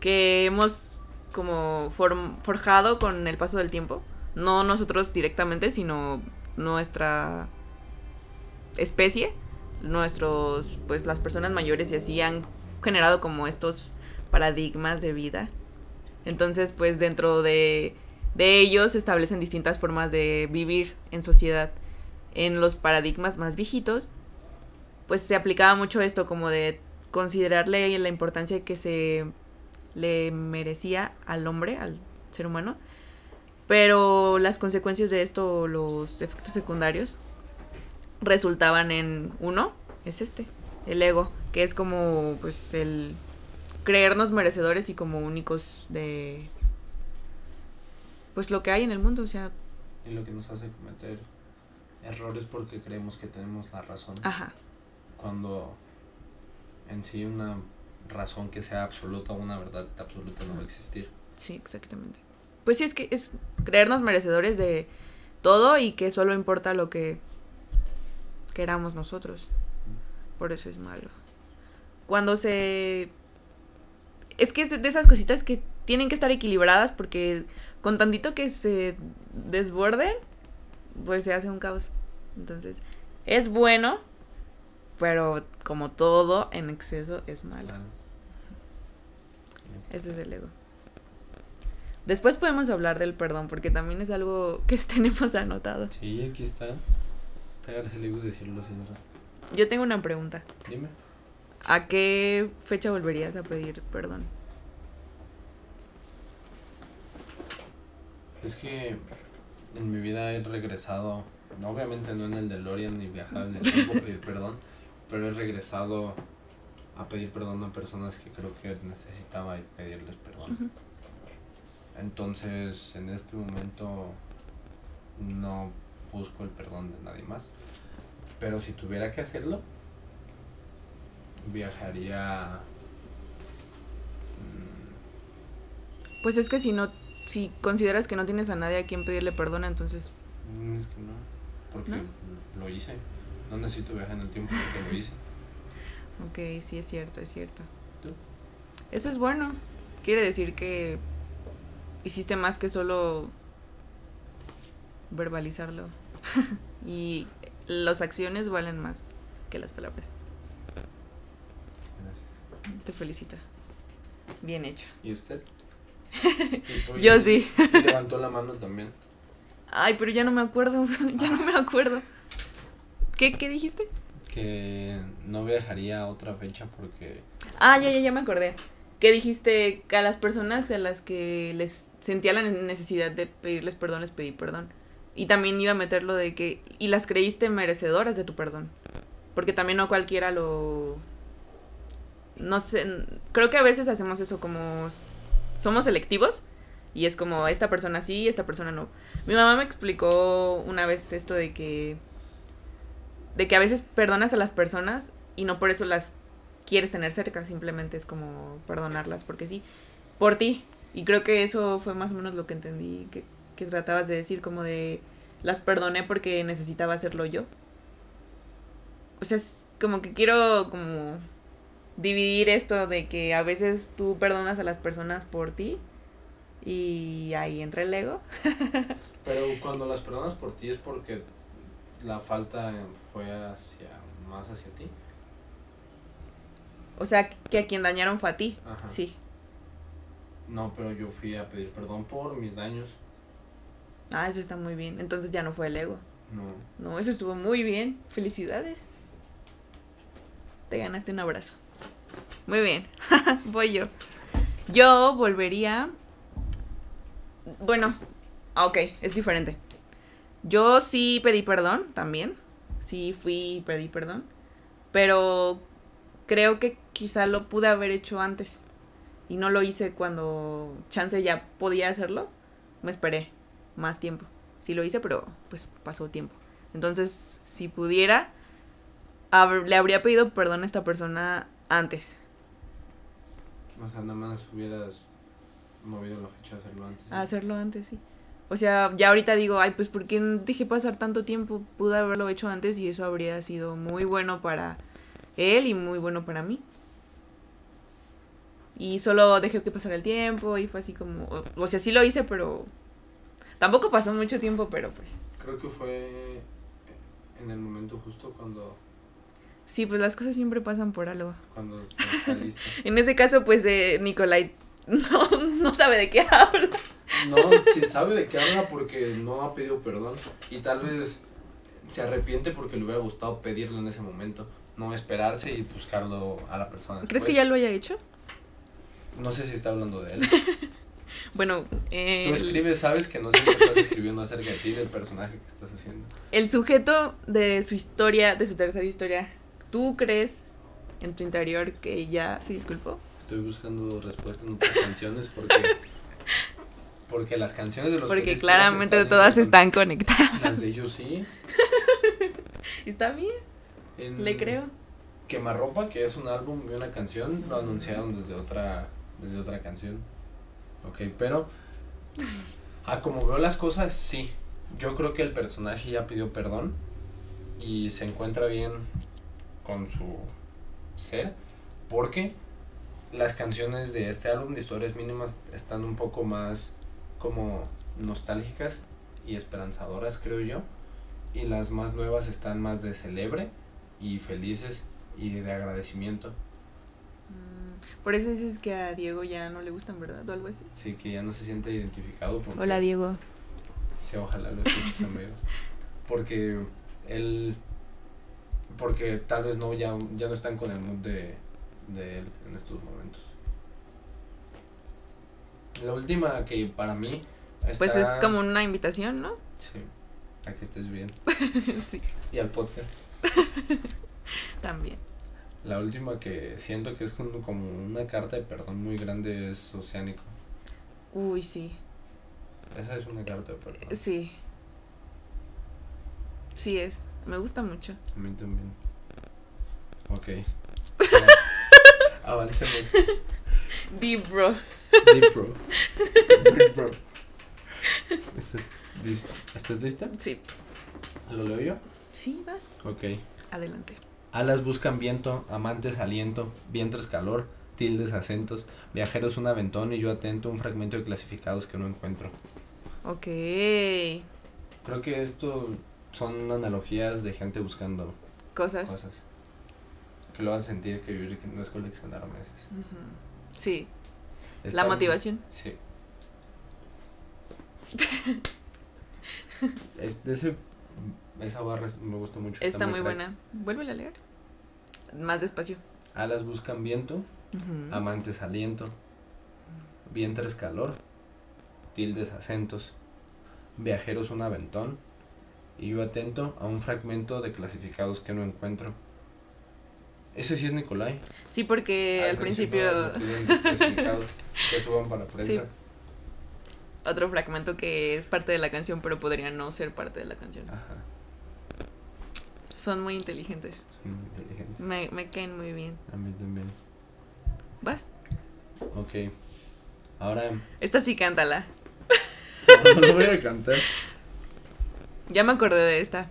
Speaker 2: que hemos como form- forjado con el paso del tiempo. No nosotros directamente, sino nuestra especie, nuestros, pues las personas mayores y así han generado como estos paradigmas de vida. Entonces, pues dentro de, de ellos se establecen distintas formas de vivir en sociedad. En los paradigmas más viejitos, pues se aplicaba mucho esto como de considerarle la importancia que se le merecía al hombre, al ser humano, pero las consecuencias de esto, los efectos secundarios, resultaban en uno, es este, el ego, que es como pues el creernos merecedores y como únicos de pues lo que hay en el mundo, o sea,
Speaker 1: Y lo que nos hace cometer errores porque creemos que tenemos la razón.
Speaker 2: ajá,
Speaker 1: cuando en sí una razón que sea absoluta, una verdad absoluta no va a existir.
Speaker 2: sí, exactamente. Pues sí es que es creernos merecedores de todo y que solo importa lo que queramos nosotros. Por eso es malo. Cuando se... Es que es de- de esas cositas que tienen que estar equilibradas porque con tantito que se desborden, pues se hace un caos. Entonces, es bueno, pero como todo en exceso es malo.
Speaker 1: Claro.
Speaker 2: Ese es el ego. Después podemos hablar del perdón porque también es algo que tenemos anotado.
Speaker 1: Sí, aquí está. Tragarse el ego y decir lo siento.
Speaker 2: Yo tengo una pregunta.
Speaker 1: Dime.
Speaker 2: ¿A qué fecha volverías a pedir perdón?
Speaker 1: Es que en mi vida he regresado no, obviamente no en el DeLorean ni viajar en el tiempo a pedir perdón, pero he regresado a pedir perdón a personas que creo que necesitaba y pedirles perdón.
Speaker 2: Ujú.
Speaker 1: Entonces, en este momento no busco el perdón de nadie más. Pero si tuviera que hacerlo, viajaría... mm,
Speaker 2: Pues es que si no, si consideras que no tienes a nadie a quien pedirle perdón, entonces
Speaker 1: mm, Es que no, porque
Speaker 2: ¿No?
Speaker 1: lo hice. No necesito viajar en el tiempo porque lo hice.
Speaker 2: Ok, sí, es cierto, es cierto.
Speaker 1: ¿Tú?
Speaker 2: Eso es bueno. Quiere decir que hiciste más que solo verbalizarlo. y las acciones valen más que las palabras.
Speaker 1: Gracias.
Speaker 2: Te felicito. Bien hecho.
Speaker 1: ¿Y usted? Y tú,
Speaker 2: Yo
Speaker 1: y-
Speaker 2: sí.
Speaker 1: y levantó la mano también.
Speaker 2: Ay, pero ya no me acuerdo. ya no me acuerdo. ¿Qué, ¿Qué dijiste?
Speaker 1: Que no viajaría a otra fecha porque...
Speaker 2: Ah, ya, ya, ya me acordé. Que dijiste que a las personas a las que les sentía la necesidad de pedirles perdón, les pedí perdón. Y también iba a meter lo de que. Y las creíste merecedoras de tu perdón. Porque también no cualquiera lo. No sé. n- Creo que a veces hacemos eso como. s- Somos selectivos. Y es como, esta persona sí, esta persona no. Mi mamá me explicó una vez esto de que. De que a veces perdonas a las personas y no por eso las quieres tener cerca, simplemente es como perdonarlas porque sí, por ti. Y creo que eso fue más o menos lo que entendí, que, que tratabas de decir, como de las perdoné porque necesitaba hacerlo yo. O sea, es como que quiero como dividir esto de que a veces tú perdonas a las personas por ti y ahí entra el ego.
Speaker 1: Pero cuando las perdonas por ti es porque la falta fue hacia más hacia ti.
Speaker 2: O sea, que a quien dañaron fue a ti.
Speaker 1: Ajá.
Speaker 2: Sí.
Speaker 1: No, pero yo fui a pedir perdón por mis daños.
Speaker 2: Ah, eso está muy bien. Entonces ya no fue el ego.
Speaker 1: No.
Speaker 2: No, eso estuvo muy bien. Felicidades. Te ganaste un abrazo. Muy bien. Voy yo. Yo volvería. Bueno, ah, ok, es diferente. Yo sí pedí perdón también. Sí fui y pedí perdón. Pero creo que quizá lo pude haber hecho antes. Y no lo hice cuando chance ya podía hacerlo. Me esperé más tiempo. Sí lo hice, pero pues pasó tiempo. Entonces, si pudiera, hab- le habría pedido perdón a esta persona antes.
Speaker 1: O sea, nada más hubieras movido la fecha de hacerlo antes.
Speaker 2: A hacerlo antes, Ah, sí. O sea, ya ahorita digo, ay, pues ¿por qué dejé pasar tanto tiempo? Pude haberlo hecho antes y eso habría sido muy bueno para él y muy bueno para mí. Y solo dejé que pasara el tiempo y fue así como... o- O sea, sí lo hice, pero... Tampoco pasó mucho tiempo, pero pues...
Speaker 1: Creo que fue en el momento justo cuando,
Speaker 2: Sí, pues las cosas siempre pasan por algo.
Speaker 1: cuando está listo.
Speaker 2: En ese caso, pues eh, Nicolai no, no sabe de qué habla.
Speaker 1: No, si sabe de qué habla porque no ha pedido perdón. Y tal vez se arrepiente porque le hubiera gustado pedirlo en ese momento. No esperarse y buscarlo a la persona.
Speaker 2: ¿Crees que
Speaker 1: después.
Speaker 2: ya lo haya hecho?
Speaker 1: No sé si está hablando de él.
Speaker 2: Bueno, eh,
Speaker 1: Tú escribes, sabes que no sé qué estás escribiendo acerca de ti, del personaje que estás haciendo.
Speaker 2: el sujeto de su historia, de su tercera historia, ¿tú crees en tu interior que ya se disculpó?
Speaker 1: Estoy buscando respuestas en otras canciones porque. Porque las canciones de los
Speaker 2: Porque
Speaker 1: Phoenix Suns
Speaker 2: claramente
Speaker 1: están
Speaker 2: todas
Speaker 1: en-
Speaker 2: están conectadas.
Speaker 1: Las de ellos sí.
Speaker 2: Está bien,
Speaker 1: en
Speaker 2: le creo.
Speaker 1: Quemarropa, que es un álbum y una canción, lo anunciaron desde otra, desde otra canción. Ok, pero a como veo las cosas, sí. Yo creo que el personaje ya pidió perdón y se encuentra bien con su ser, porque las canciones de este álbum de historias mínimas están un poco más como nostálgicas y esperanzadoras, creo yo, y las más nuevas están más de celebre y felices y de agradecimiento.
Speaker 2: Mm, Por eso dices que a Diego ya no le gustan, ¿verdad? O algo así.
Speaker 1: Así que ya no se siente identificado. Porque,
Speaker 2: Hola, Diego.
Speaker 1: Sí, ojalá lo escuches amigo. Porque él. Porque tal vez no, ya, ya no están con el mood de, de él en estos momentos. La última que para mí. Está,
Speaker 2: Pues es como una invitación, ¿no?
Speaker 1: Sí. a que estés bien.
Speaker 2: sí,
Speaker 1: Y al podcast.
Speaker 2: también.
Speaker 1: La última que siento que es como como una carta de perdón muy grande es Oceánico.
Speaker 2: Uy, sí.
Speaker 1: Esa es una carta de perdón.
Speaker 2: Sí. Sí es. Me gusta mucho.
Speaker 1: A mí también. Ok. Avancemos.
Speaker 2: Deep, bro.
Speaker 1: Deep Pro. Deep Pro. ¿Estás, lis- ¿Estás lista?
Speaker 2: Sí.
Speaker 1: ¿Lo leo yo?
Speaker 2: Sí, vas.
Speaker 1: Ok.
Speaker 2: Adelante.
Speaker 1: Alas buscan viento, amantes aliento, vientres calor, tildes acentos, viajeros un aventón y yo atento un fragmento de clasificados que no encuentro.
Speaker 2: Ok.
Speaker 1: Creo que esto son analogías de gente buscando
Speaker 2: Cosas.
Speaker 1: cosas. Que lo hacen sentir que vivir no es coleccionar meses.
Speaker 2: Ujú. Sí.
Speaker 1: Está
Speaker 2: La
Speaker 1: bien.
Speaker 2: motivación.
Speaker 1: Sí. Es- de ese, esa barra es- me gusta mucho.
Speaker 2: Está muy
Speaker 1: crack.
Speaker 2: buena. Vuélvela a leer. Más despacio.
Speaker 1: Alas buscan viento,
Speaker 2: Ujú.
Speaker 1: amantes aliento, vientres calor, tildes acentos, viajeros un aventón, y yo atento a un fragmento de clasificados que no encuentro. Ese sí es Nicolai.
Speaker 2: Sí, porque al, principio
Speaker 1: me piden los clasificados que suban para prensa.
Speaker 2: otro fragmento que es parte de la canción, pero podría no ser parte de la canción.
Speaker 1: Ajá,
Speaker 2: Son muy inteligentes.
Speaker 1: son muy inteligentes.
Speaker 2: Me, me caen muy bien.
Speaker 1: A mí también.
Speaker 2: ¿Vas?
Speaker 1: Ok. Ahora
Speaker 2: Esta sí cántala.
Speaker 1: no lo voy a cantar.
Speaker 2: Ya me acordé de esta.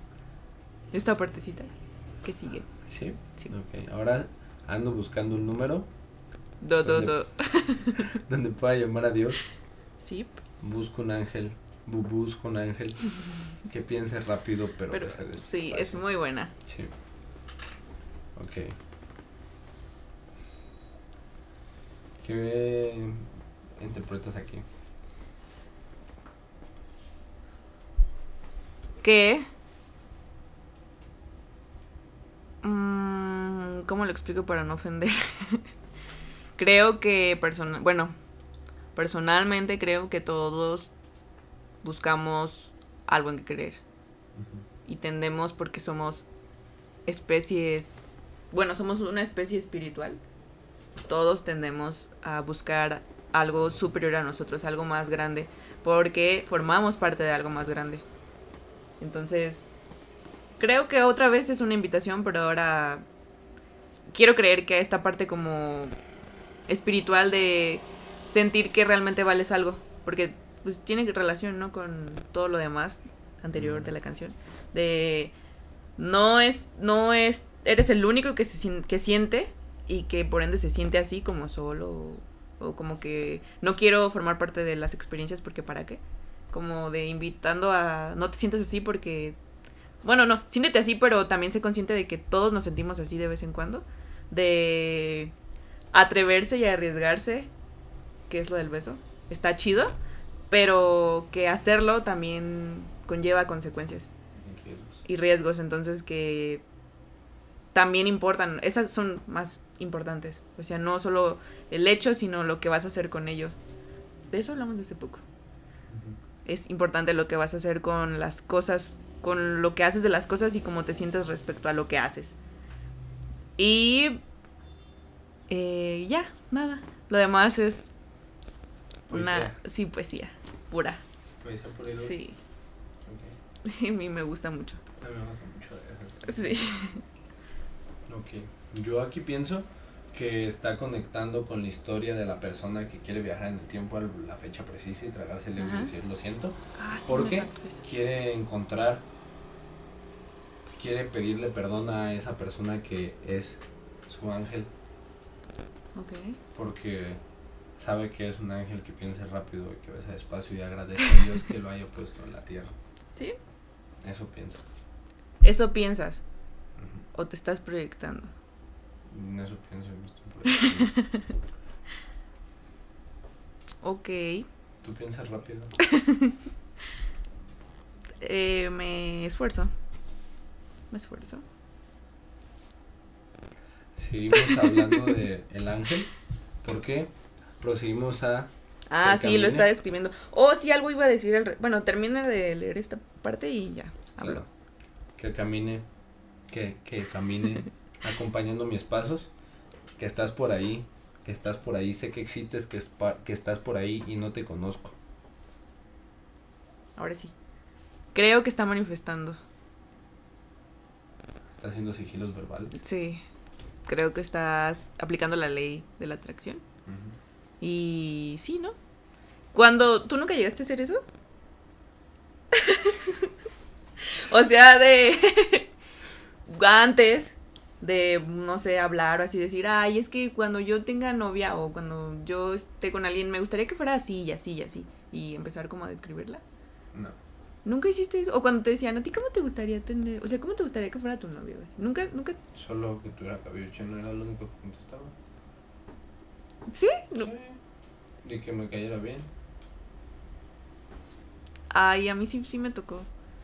Speaker 2: de Esta partecita que sigue.
Speaker 1: ¿Sí?
Speaker 2: Sí.
Speaker 1: Ok. Ahora ando buscando un número
Speaker 2: Do, do,
Speaker 1: ¿Dónde?
Speaker 2: do.
Speaker 1: donde pueda llamar a Dios.
Speaker 2: Sí,
Speaker 1: Busco un ángel. bu- Busco un ángel que piense rápido, pero,
Speaker 2: pero
Speaker 1: que se
Speaker 2: sí, es
Speaker 1: despacio.
Speaker 2: muy buena.
Speaker 1: Sí. Ok. ¿Qué interpretas aquí?
Speaker 2: Que... Mm, ¿Cómo lo explico para no ofender? creo que persona, bueno, personalmente creo que todos buscamos algo en que creer y tendemos porque somos especies, bueno, somos una especie espiritual. Todos tendemos a buscar algo superior a nosotros, algo más grande, porque formamos parte de algo más grande. Entonces, creo que otra vez es una invitación, pero ahora quiero creer que esta parte como espiritual de sentir que realmente vales algo, porque pues tiene relación, ¿no? Con todo lo demás anterior de la canción, de no es, no es, eres el único que, se, sien- que siente y que por ende se siente así como solo o, o como que no quiero formar parte de las experiencias porque para qué, como de invitando a, no te sientes así porque, bueno, no, siéntete así, pero también sé consciente de que todos nos sentimos así de vez en cuando, de atreverse y arriesgarse, que es lo del beso, está chido, pero que hacerlo también conlleva consecuencias y riesgos, entonces que también importan, esas son más importantes, o sea, no solo el hecho, sino lo que vas a hacer con ello. De eso hablamos hace poco. Es importante lo que vas a hacer con las cosas, con lo que haces de las cosas y cómo te sientes respecto a lo que haces. Y eh, ya, nada. Lo demás es una, sí, poesía, pura.
Speaker 1: Poesía por ahí.
Speaker 2: Sí,
Speaker 1: Pues, Ok.
Speaker 2: a mí me gusta mucho.
Speaker 1: A mí me gusta mucho ejercer.
Speaker 2: Sí.
Speaker 1: Ok. Yo aquí pienso que está conectando con la historia de la persona que quiere viajar en el tiempo a la fecha precisa y tragarse el ego y
Speaker 2: Ajá.
Speaker 1: decir lo siento.
Speaker 2: Ah, sí,
Speaker 1: ¿Por
Speaker 2: me
Speaker 1: qué?
Speaker 2: encantó eso.
Speaker 1: Quiere encontrar, quiere pedirle perdón a esa persona que es su ángel
Speaker 2: Ok.
Speaker 1: porque sabe que es un ángel que piensa rápido y que besa despacio y agradece a Dios que lo haya puesto en la tierra.
Speaker 2: Sí.
Speaker 1: Eso pienso.
Speaker 2: Eso piensas
Speaker 1: Ujú.
Speaker 2: o te estás proyectando.
Speaker 1: En eso pienso. en esto, pero-
Speaker 2: Ok.
Speaker 1: Tú piensas rápido.
Speaker 2: Eh, me esfuerzo. Me esfuerzo.
Speaker 1: Seguimos hablando de el ángel. porque Proseguimos a.
Speaker 2: Ah,
Speaker 1: Que
Speaker 2: sí, lo está
Speaker 1: camine.
Speaker 2: describiendo. Oh, sí, algo iba a decir. al re- Bueno, termina de leer esta parte y ya. Habló.
Speaker 1: Claro. Que camine, que, que camine acompañando mis pasos, que estás por ahí, que estás por ahí, sé que existes, que, espa- que estás por ahí y no te conozco.
Speaker 2: Ahora sí. Creo que está manifestando.
Speaker 1: Está haciendo sigilos verbales.
Speaker 2: Sí. Creo que estás aplicando la ley de la atracción.
Speaker 1: Ujú.
Speaker 2: Y sí, ¿no? Cuando tú nunca llegaste a hacer eso. o sea, de antes de no sé, hablar o así decir, "Ay, es que cuando yo tenga novia o cuando yo esté con alguien me gustaría que fuera así y así y así" y empezar como a describirla.
Speaker 1: No.
Speaker 2: ¿Nunca hiciste eso? O cuando te decían, "¿A ti cómo te gustaría tener, o sea, cómo te gustaría que fuera tu novio?" o así. Nunca nunca
Speaker 1: Solo que tuviera cabello chino era lo único que contestaba.
Speaker 2: ¿Sí? No.
Speaker 1: Sí. Y que me cayera bien.
Speaker 2: Ay, a mí sí sí me tocó.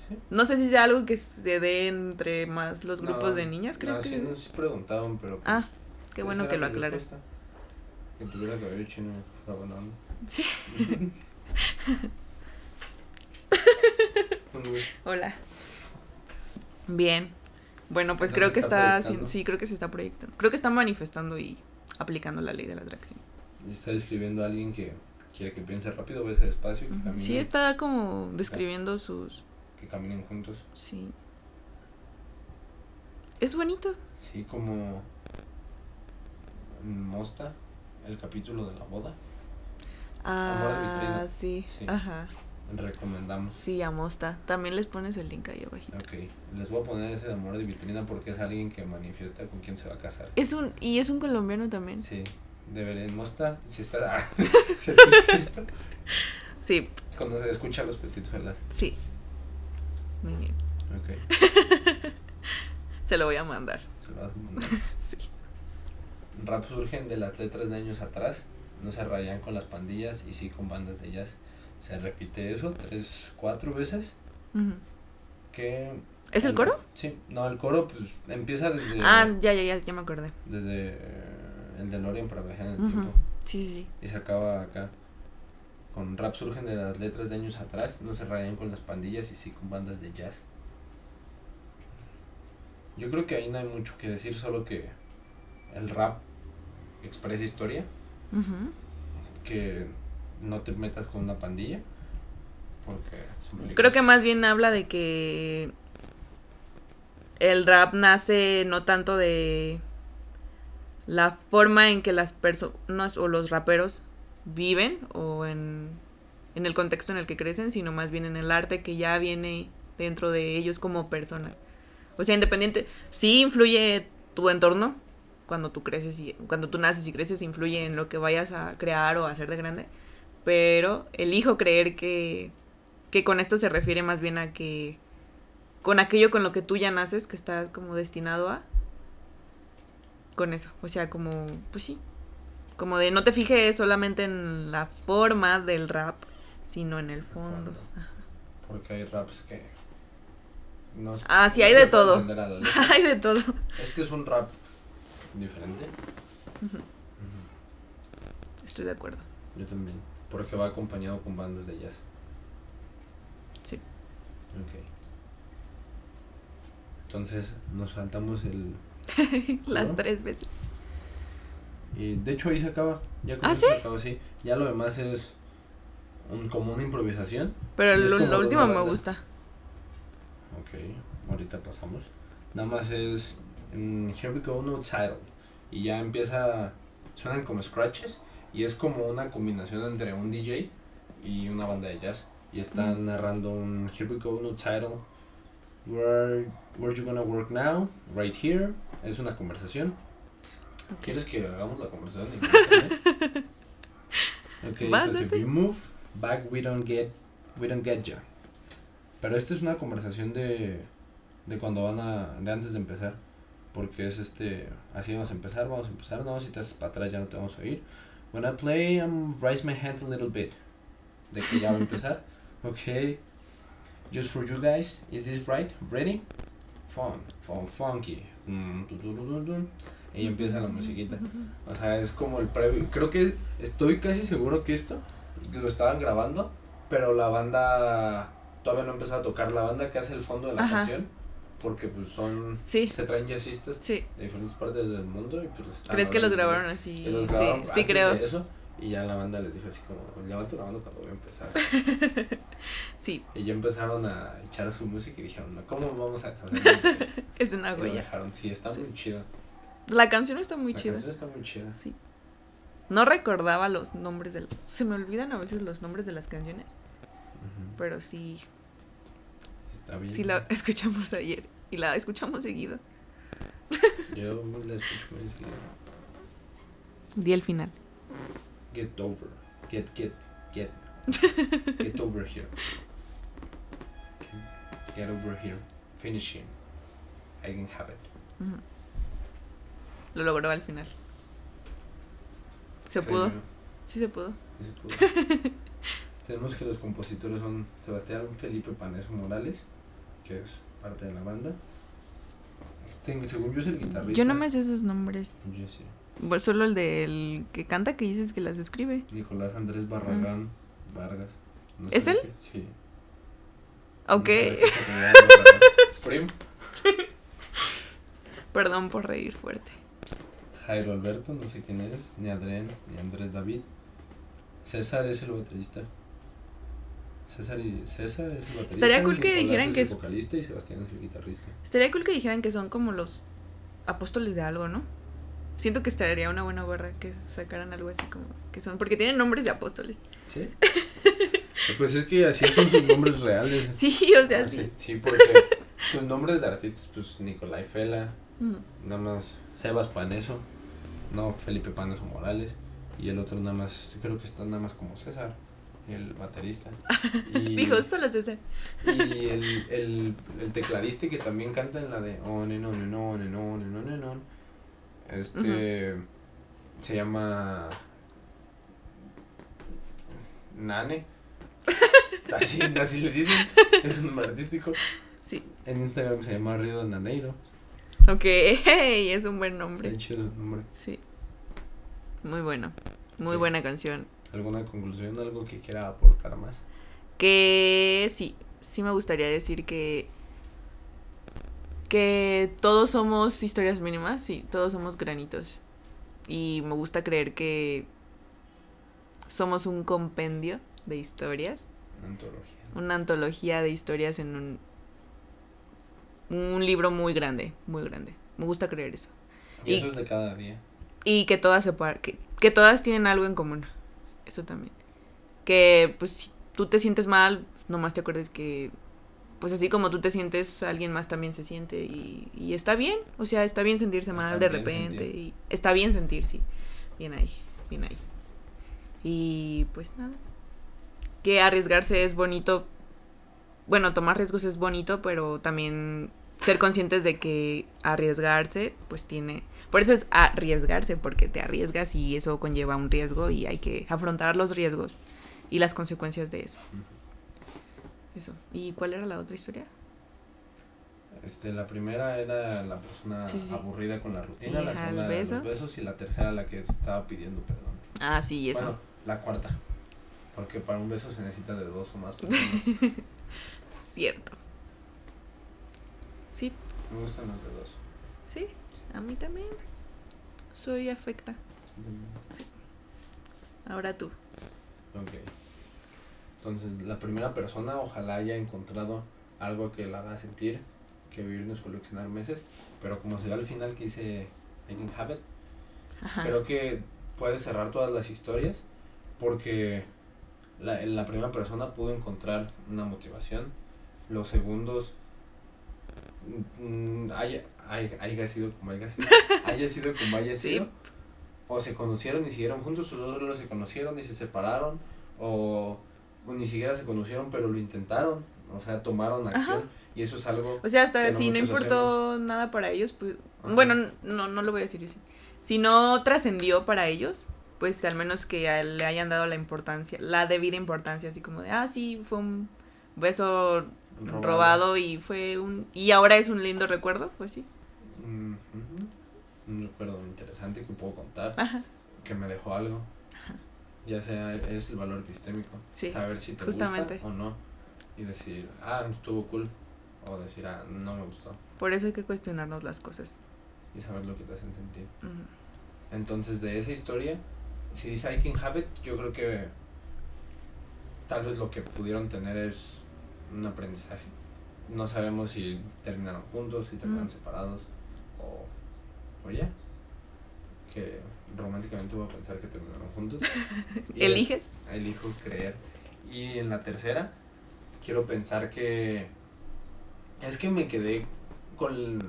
Speaker 1: Sí.
Speaker 2: No sé si sea algo que se dé entre más los grupos
Speaker 1: No,
Speaker 2: de niñas, ¿crees
Speaker 1: no,
Speaker 2: que
Speaker 1: sí,
Speaker 2: se dé?
Speaker 1: no, sí preguntaban, pero. pues,
Speaker 2: Ah, qué
Speaker 1: esa
Speaker 2: bueno
Speaker 1: era
Speaker 2: que lo
Speaker 1: mi
Speaker 2: aclares.
Speaker 1: respuesta. Que tuviera cabello chino, la buena onda.
Speaker 2: Sí.
Speaker 1: Ujú.
Speaker 2: Hola. Bien. Bueno, pues creo
Speaker 1: Entonces
Speaker 2: que
Speaker 1: está
Speaker 2: está, haciendo-
Speaker 1: proyectando.
Speaker 2: sí, creo que se está proyectando. Creo que está manifestando y aplicando la ley de la atracción.
Speaker 1: Y está describiendo a alguien que quiere que piense rápido, vese despacio, que
Speaker 2: Ujú.
Speaker 1: caminen,
Speaker 2: Sí, está como describiendo sus,
Speaker 1: que caminen juntos.
Speaker 2: sí. Es bonito.
Speaker 1: Sí, como en Mosta, el capítulo de la boda, Amor de
Speaker 2: Ah,
Speaker 1: vitrina.
Speaker 2: sí.
Speaker 1: Sí.
Speaker 2: Ajá.
Speaker 1: recomendamos.
Speaker 2: Sí, a Mosta. También les pones el link ahí abajito.
Speaker 1: Ok, les voy a poner ese de amor de vitrina porque es alguien que manifiesta con quién se va a casar.
Speaker 2: Es un y es un colombiano también.
Speaker 1: Sí, deberían, Mosta, si está, si escucha, si está,
Speaker 2: Sí,
Speaker 1: cuando se escucha a los petit felas.
Speaker 2: sí. Muy bien.
Speaker 1: Ok,
Speaker 2: Se lo voy a mandar.
Speaker 1: se lo vas a mandar.
Speaker 2: Sí.
Speaker 1: Rap surgen de las letras de años atrás, no se rayan con las pandillas y sí con bandas de jazz. Se repite eso tres, cuatro veces.
Speaker 2: Ujú.
Speaker 1: Que
Speaker 2: ¿Es el coro?
Speaker 1: Sí, no, el coro pues empieza desde,
Speaker 2: Ah, ya, ya, ya, ya me acordé.
Speaker 1: desde eh, el DeLorean para viajar en el
Speaker 2: Ujú.
Speaker 1: tiempo
Speaker 2: Sí, sí, sí.
Speaker 1: y se acaba acá. Con rap surgen de las letras de años atrás, no se rayan con las pandillas y sí con bandas de jazz. Yo creo que ahí no hay mucho que decir, solo que el rap expresa historia.
Speaker 2: Ujú.
Speaker 1: que no te metas con una pandilla. Porque son
Speaker 2: Creo
Speaker 1: peligrosos.
Speaker 2: que más bien habla de que el rap nace no tanto de la forma en que las personas o los raperos viven o en, en el contexto en el que crecen, sino más bien en el arte que ya viene dentro de ellos como personas. O sea, independiente, sí influye tu entorno cuando tú creces y cuando tú naces y creces influye en lo que vayas a crear o a hacer de grande, pero elijo creer que que con esto se refiere más bien a que con aquello con lo que tú ya naces, que estás como destinado a, con eso, o sea, como, pues sí, como de no te fijes solamente en la forma del rap, sino en el fondo.
Speaker 1: fondo. Porque hay raps que. No es-
Speaker 2: Ah, sí,
Speaker 1: no
Speaker 2: hay
Speaker 1: se
Speaker 2: de
Speaker 1: puede
Speaker 2: todo.
Speaker 1: entender a la letra.
Speaker 2: Hay de todo.
Speaker 1: Este es un rap diferente.
Speaker 2: Ujú.
Speaker 1: Ujú,
Speaker 2: Estoy de acuerdo.
Speaker 1: Yo también. Porque va acompañado con bandas de jazz.
Speaker 2: Sí.
Speaker 1: Ok. Entonces nos saltamos el.
Speaker 2: Las
Speaker 1: ¿No?
Speaker 2: tres veces.
Speaker 1: Y de hecho ahí se acaba. Ya con
Speaker 2: ¿Ah,
Speaker 1: eso se acaba así. Ya lo demás es un, como una improvisación.
Speaker 2: Pero
Speaker 1: Y es
Speaker 2: lo,
Speaker 1: como
Speaker 2: lo
Speaker 1: de
Speaker 2: último
Speaker 1: una
Speaker 2: me
Speaker 1: banda.
Speaker 2: gusta.
Speaker 1: Ok, ahorita pasamos. Nada más es mm, Here We Go No Title. Y ya empieza, suenan como scratches y es como una combinación entre un DJ y una banda de jazz. Y están narrando un Here We Go No Title. Where, where you gonna work now? Right here. Es una conversación.
Speaker 2: Ok.
Speaker 1: ¿Quieres que hagamos la conversación? en inglés también? Ok, entonces, if
Speaker 2: Básate.
Speaker 1: you move back, we don't get, we don't get ya. Pero esta es una conversación de, de cuando van a, de antes de empezar. Porque es este, así vamos a empezar, vamos a empezar, no, si te haces para atrás ya no te vamos a oír. When I play, I'm raise my hand a little bit. De que ya va a empezar. Ok. Just for you guys, is this right? Ready? Fun, fun, funky. Mm, tu, tu, tu, tu, tu. Y ya empieza la musiquita. O sea, es como el previo. Creo que es- estoy casi seguro que esto lo estaban grabando, pero la banda todavía no empezaba a tocar la banda que hace el fondo de la
Speaker 2: Ajá.
Speaker 1: canción. Porque pues son.
Speaker 2: Sí.
Speaker 1: Se traen jazzistas
Speaker 2: Sí.
Speaker 1: de diferentes partes del mundo y pues les están
Speaker 2: ¿Crees que los
Speaker 1: hablando
Speaker 2: grabaron
Speaker 1: inglés.
Speaker 2: así?
Speaker 1: Que los
Speaker 2: sí,
Speaker 1: grabaron
Speaker 2: sí
Speaker 1: antes
Speaker 2: creo.
Speaker 1: de eso, y ya la banda les dijo así como, levanto la mano cuando voy a empezar.
Speaker 2: Sí,
Speaker 1: y ya empezaron a echar su música y dijeron, "No, ¿cómo vamos a deshacernos de esto?"
Speaker 2: es una
Speaker 1: Y lo
Speaker 2: huella.
Speaker 1: dejaron, sí, está
Speaker 2: Ah, Sí.
Speaker 1: muy chida.
Speaker 2: La canción está muy
Speaker 1: la
Speaker 2: chida.
Speaker 1: canción está muy chida.
Speaker 2: Sí. No recordaba los nombres de... Se me olvidan a veces los nombres de las canciones,
Speaker 1: Ujú.
Speaker 2: pero sí,
Speaker 1: Está bien.
Speaker 2: sí la escuchamos ayer y la escuchamos seguido.
Speaker 1: Yo la escucho muy enseguida.
Speaker 2: Di el final.
Speaker 1: Get over. Get, get, get. Get over here. Get, get over here. Finish him. I can have it.
Speaker 2: Ujú. Lo logró al final. Se
Speaker 1: Creo
Speaker 2: pudo,
Speaker 1: yo.
Speaker 2: sí se pudo.
Speaker 1: Sí se pudo. Tenemos que los compositores son Sebastián Felipe Paneso Morales, que es parte de la banda. Tengo- según yo es el guitarrista.
Speaker 2: Yo no me sé esos nombres.
Speaker 1: Yo sí.
Speaker 2: Bueno, Solo el del que canta que dices que las escribe.
Speaker 1: Nicolás Andrés Barragán Vargas. No
Speaker 2: ¿Es
Speaker 1: sé
Speaker 2: él?
Speaker 1: qué- Sí. No
Speaker 2: Ok,
Speaker 1: sé qué se apellida Barragán. Prim.
Speaker 2: perdón por reír fuerte.
Speaker 1: Jairo Alberto, no sé quién es, ni Adrián, ni Andrés David. César es el baterista. César, y, César es el baterista.
Speaker 2: Estaría cool que
Speaker 1: Nicolás
Speaker 2: dijeran
Speaker 1: es
Speaker 2: que
Speaker 1: el
Speaker 2: es-
Speaker 1: vocalista y Sebastián es el guitarrista.
Speaker 2: Estaría cool que dijeran que son como los apóstoles de algo, ¿no? Siento que estaría una buena barra que sacaran algo así como que son, porque tienen nombres de apóstoles.
Speaker 1: ¿Sí? pues es que así son sus nombres reales.
Speaker 2: Sí, o sea,
Speaker 1: Ah,
Speaker 2: sí.
Speaker 1: sí, sí, porque sus nombres de artistas, pues Nicolai Fela,
Speaker 2: Ujú.
Speaker 1: nada más Sebas Paneso, no Felipe Paneso Morales, y el otro nada más, creo que está nada más como César, el baterista. Y,
Speaker 2: Dijo, solo César.
Speaker 1: y el, el, el tecladista que también canta en la de On and On and On and On and On and On, este se llama Nane. Así, así le dicen, es un nombre artístico.
Speaker 2: Sí.
Speaker 1: En Instagram se llama Río Naneiro.
Speaker 2: Ok, es un buen
Speaker 1: Está
Speaker 2: nombre.
Speaker 1: chido su nombre.
Speaker 2: Sí. Muy bueno. Muy
Speaker 1: Ok.
Speaker 2: buena canción.
Speaker 1: ¿Alguna conclusión? ¿Algo que quiera aportar más?
Speaker 2: que sí, sí me gustaría decir que que todos somos historias mínimas, sí, todos somos granitos. Y me gusta creer que somos un compendio de historias,
Speaker 1: Una antología.
Speaker 2: una antología de historias en un un libro muy grande, muy grande. Me gusta creer eso.
Speaker 1: Y,
Speaker 2: Y-
Speaker 1: eso es de cada día.
Speaker 2: Y que todas se puedan- que, que todas tienen algo en común. Eso también. Que pues si tú te sientes mal, nomás te acuerdes que pues así como tú te sientes, alguien más también se siente y, y está bien, o sea, está bien sentirse
Speaker 1: Está
Speaker 2: mal de
Speaker 1: bien
Speaker 2: repente
Speaker 1: sentir.
Speaker 2: y está bien sentir, sí. Bien ahí, bien ahí. Y pues nada. Que arriesgarse es bonito. Bueno, tomar riesgos es bonito, pero también ser conscientes de que arriesgarse pues tiene por eso es arriesgarse, porque te arriesgas y eso conlleva un riesgo y hay que afrontar los riesgos y las consecuencias de eso. Eso. ¿Y cuál era la otra historia?
Speaker 1: Este, la primera era la persona
Speaker 2: Sí, sí.
Speaker 1: aburrida con la rutina,
Speaker 2: Sí,
Speaker 1: la
Speaker 2: ajá,
Speaker 1: segunda
Speaker 2: el
Speaker 1: era
Speaker 2: beso.
Speaker 1: los besos y la tercera la que estaba pidiendo perdón.
Speaker 2: Ah, sí, eso.
Speaker 1: Bueno, la cuarta. Porque para un beso se necesita de dos o más personas.
Speaker 2: Cierto. Sí,
Speaker 1: Me gustan los de dos.
Speaker 2: sí. A mí también. Soy afecta. Ahora tú.
Speaker 1: Ok. Entonces, la primera persona ojalá haya encontrado algo que la haga sentir, que vivir no es coleccionar meses, pero como se da al final que dice I can have it,
Speaker 2: Ajá.
Speaker 1: creo que puede cerrar todas las historias porque la, la primera persona pudo encontrar una motivación, los segundos mm, mm, haya, haya, haya sido como haya sido, haya sido como haya
Speaker 2: Sí.
Speaker 1: sido, o se conocieron y siguieron juntos, o solo se conocieron y se separaron, o, o ni siquiera se conocieron pero lo intentaron, o sea, tomaron
Speaker 2: Ajá.
Speaker 1: acción y eso es algo...
Speaker 2: O sea, hasta
Speaker 1: que no
Speaker 2: si no
Speaker 1: muchos
Speaker 2: importó nada para ellos, pues...
Speaker 1: Ajá.
Speaker 2: Bueno, n- no, no lo voy a decir así. Si no trascendió para ellos, pues al menos que a- le hayan dado la importancia, la debida importancia, así como de, ah, sí, fue un beso robado, y fue un... Y ahora es un lindo recuerdo, pues sí.
Speaker 1: Mm, ujú. Un recuerdo interesante que puedo contar.
Speaker 2: Ajá.
Speaker 1: que me dejó algo. Ya sea, es el valor epistémico.
Speaker 2: Sí,
Speaker 1: saber si te
Speaker 2: justamente.
Speaker 1: gusta o no. y decir, ah, estuvo cool. O decir, ah, no me gustó.
Speaker 2: Por eso hay que cuestionarnos las cosas.
Speaker 1: Y saber lo que te hacen sentir.
Speaker 2: Ujú.
Speaker 1: Entonces, de esa historia, si dice I can have it, yo creo que tal vez lo que pudieron tener es un aprendizaje. No sabemos si terminaron juntos, si terminaron
Speaker 2: Mm.
Speaker 1: separados, o, o ya. Que románticamente voy a pensar que terminaron juntos. Y el-
Speaker 2: ¿Eliges?
Speaker 1: Elijo creer. Y en la tercera, quiero pensar que. Es que me quedé con.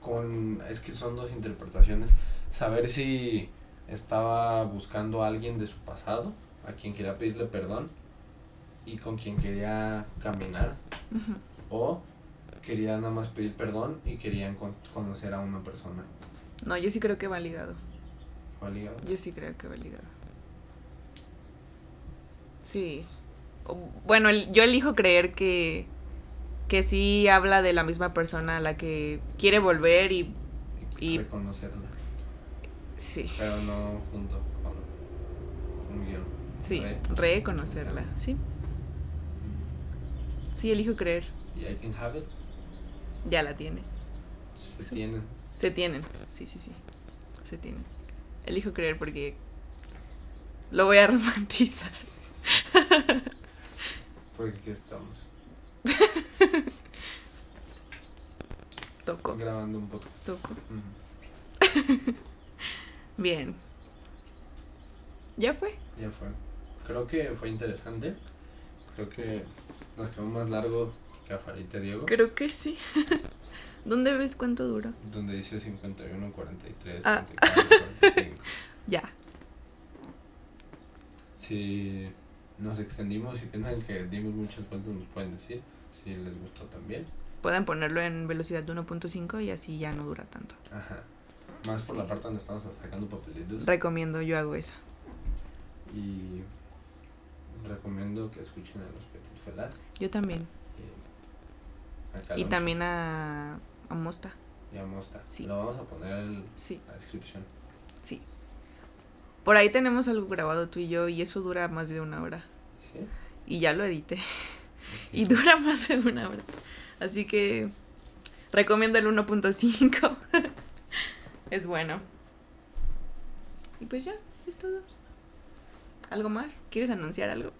Speaker 1: Con. Es que son dos interpretaciones. Saber si estaba buscando a alguien de su pasado, a quien quería pedirle perdón y con quien quería caminar,
Speaker 2: Ujú.
Speaker 1: o quería nada más pedir perdón y quería encon- conocer a una persona.
Speaker 2: No, yo sí creo que va ligado.
Speaker 1: ¿Va ligado?
Speaker 2: Yo sí creo que va ligado. Sí. O- Bueno, el- yo elijo creer que, que sí habla de la misma persona a la que quiere volver y
Speaker 1: Y
Speaker 2: Y-
Speaker 1: reconocerla,
Speaker 2: sí,
Speaker 1: pero no junto con un guión.
Speaker 2: sí,
Speaker 1: Re-
Speaker 2: reconocerla, sí. Sí, elijo creer.
Speaker 1: Y I can have it.
Speaker 2: Ya la tiene.
Speaker 1: Se
Speaker 2: Sí.
Speaker 1: tienen.
Speaker 2: Se tienen. Sí, sí, sí. Se tienen. Elijo creer porque lo voy a romantizar.
Speaker 1: Porque aquí estamos.
Speaker 2: Toco,
Speaker 1: Grabando un podcast.
Speaker 2: toco.
Speaker 1: Ujú.
Speaker 2: Bien. ¿Ya fue?
Speaker 1: Ya fue. Creo que fue interesante. Creo que nos quedó más largo que a Farita Diego.
Speaker 2: Creo que sí. ¿Dónde ves cuánto dura?
Speaker 1: Donde dice 51, 43,
Speaker 2: Ah.
Speaker 1: 44, 45.
Speaker 2: Ya.
Speaker 1: Si nos extendimos y piensan que dimos muchas vueltas, nos pueden decir. Si les gustó también.
Speaker 2: Pueden ponerlo en velocidad de 1.5 y así ya no dura tanto.
Speaker 1: Ajá. Más por la
Speaker 2: Sí.
Speaker 1: parte donde estamos sacando papelitos.
Speaker 2: Recomiendo, yo hago esa.
Speaker 1: y recomiendo que escuchen a los Petit Felas.
Speaker 2: Yo también.
Speaker 1: Y, a
Speaker 2: Y
Speaker 1: Caloncho
Speaker 2: también a, a Mosta.
Speaker 1: y a Mosta.
Speaker 2: Sí.
Speaker 1: Lo vamos a poner en
Speaker 2: Sí,
Speaker 1: la descripción.
Speaker 2: sí. Por ahí tenemos algo grabado tú y yo y eso dura más de una hora.
Speaker 1: ¿Sí?
Speaker 2: Y ya lo edité.
Speaker 1: Ok.
Speaker 2: Y dura más de una hora. Así que recomiendo el 1.5. es bueno. Y pues ya, es todo. ¿Algo más? ¿Quieres anunciar algo?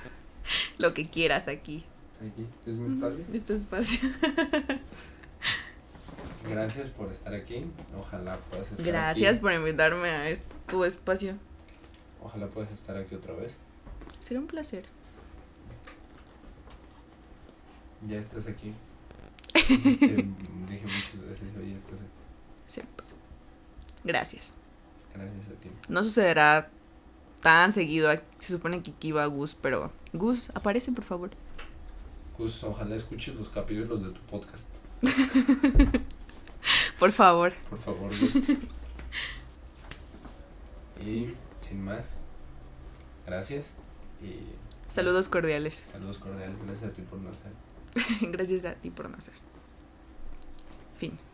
Speaker 2: Lo que quieras aquí.
Speaker 1: Aquí, es mi espacio.
Speaker 2: Es tu Este espacio.
Speaker 1: Gracias por estar aquí. Ojalá puedas estar
Speaker 2: Gracias
Speaker 1: aquí.
Speaker 2: por invitarme a es- tu espacio.
Speaker 1: Ojalá puedas estar aquí otra vez.
Speaker 2: Será un placer.
Speaker 1: Ya estás aquí. Te dije muchas veces, oye, estás aquí.
Speaker 2: Siempre. Gracias.
Speaker 1: Gracias a ti.
Speaker 2: No sucederá tan seguido. Se supone que aquí iba Gus, pero Gus, aparece por favor.
Speaker 1: Gus, ojalá escuches los capítulos de tu podcast.
Speaker 2: Por favor.
Speaker 1: Por favor, Gus. y sin más, gracias. Y
Speaker 2: Saludos
Speaker 1: Pues
Speaker 2: cordiales.
Speaker 1: saludos cordiales. Gracias a ti por nacer.
Speaker 2: Gracias a ti por no ser. Fin.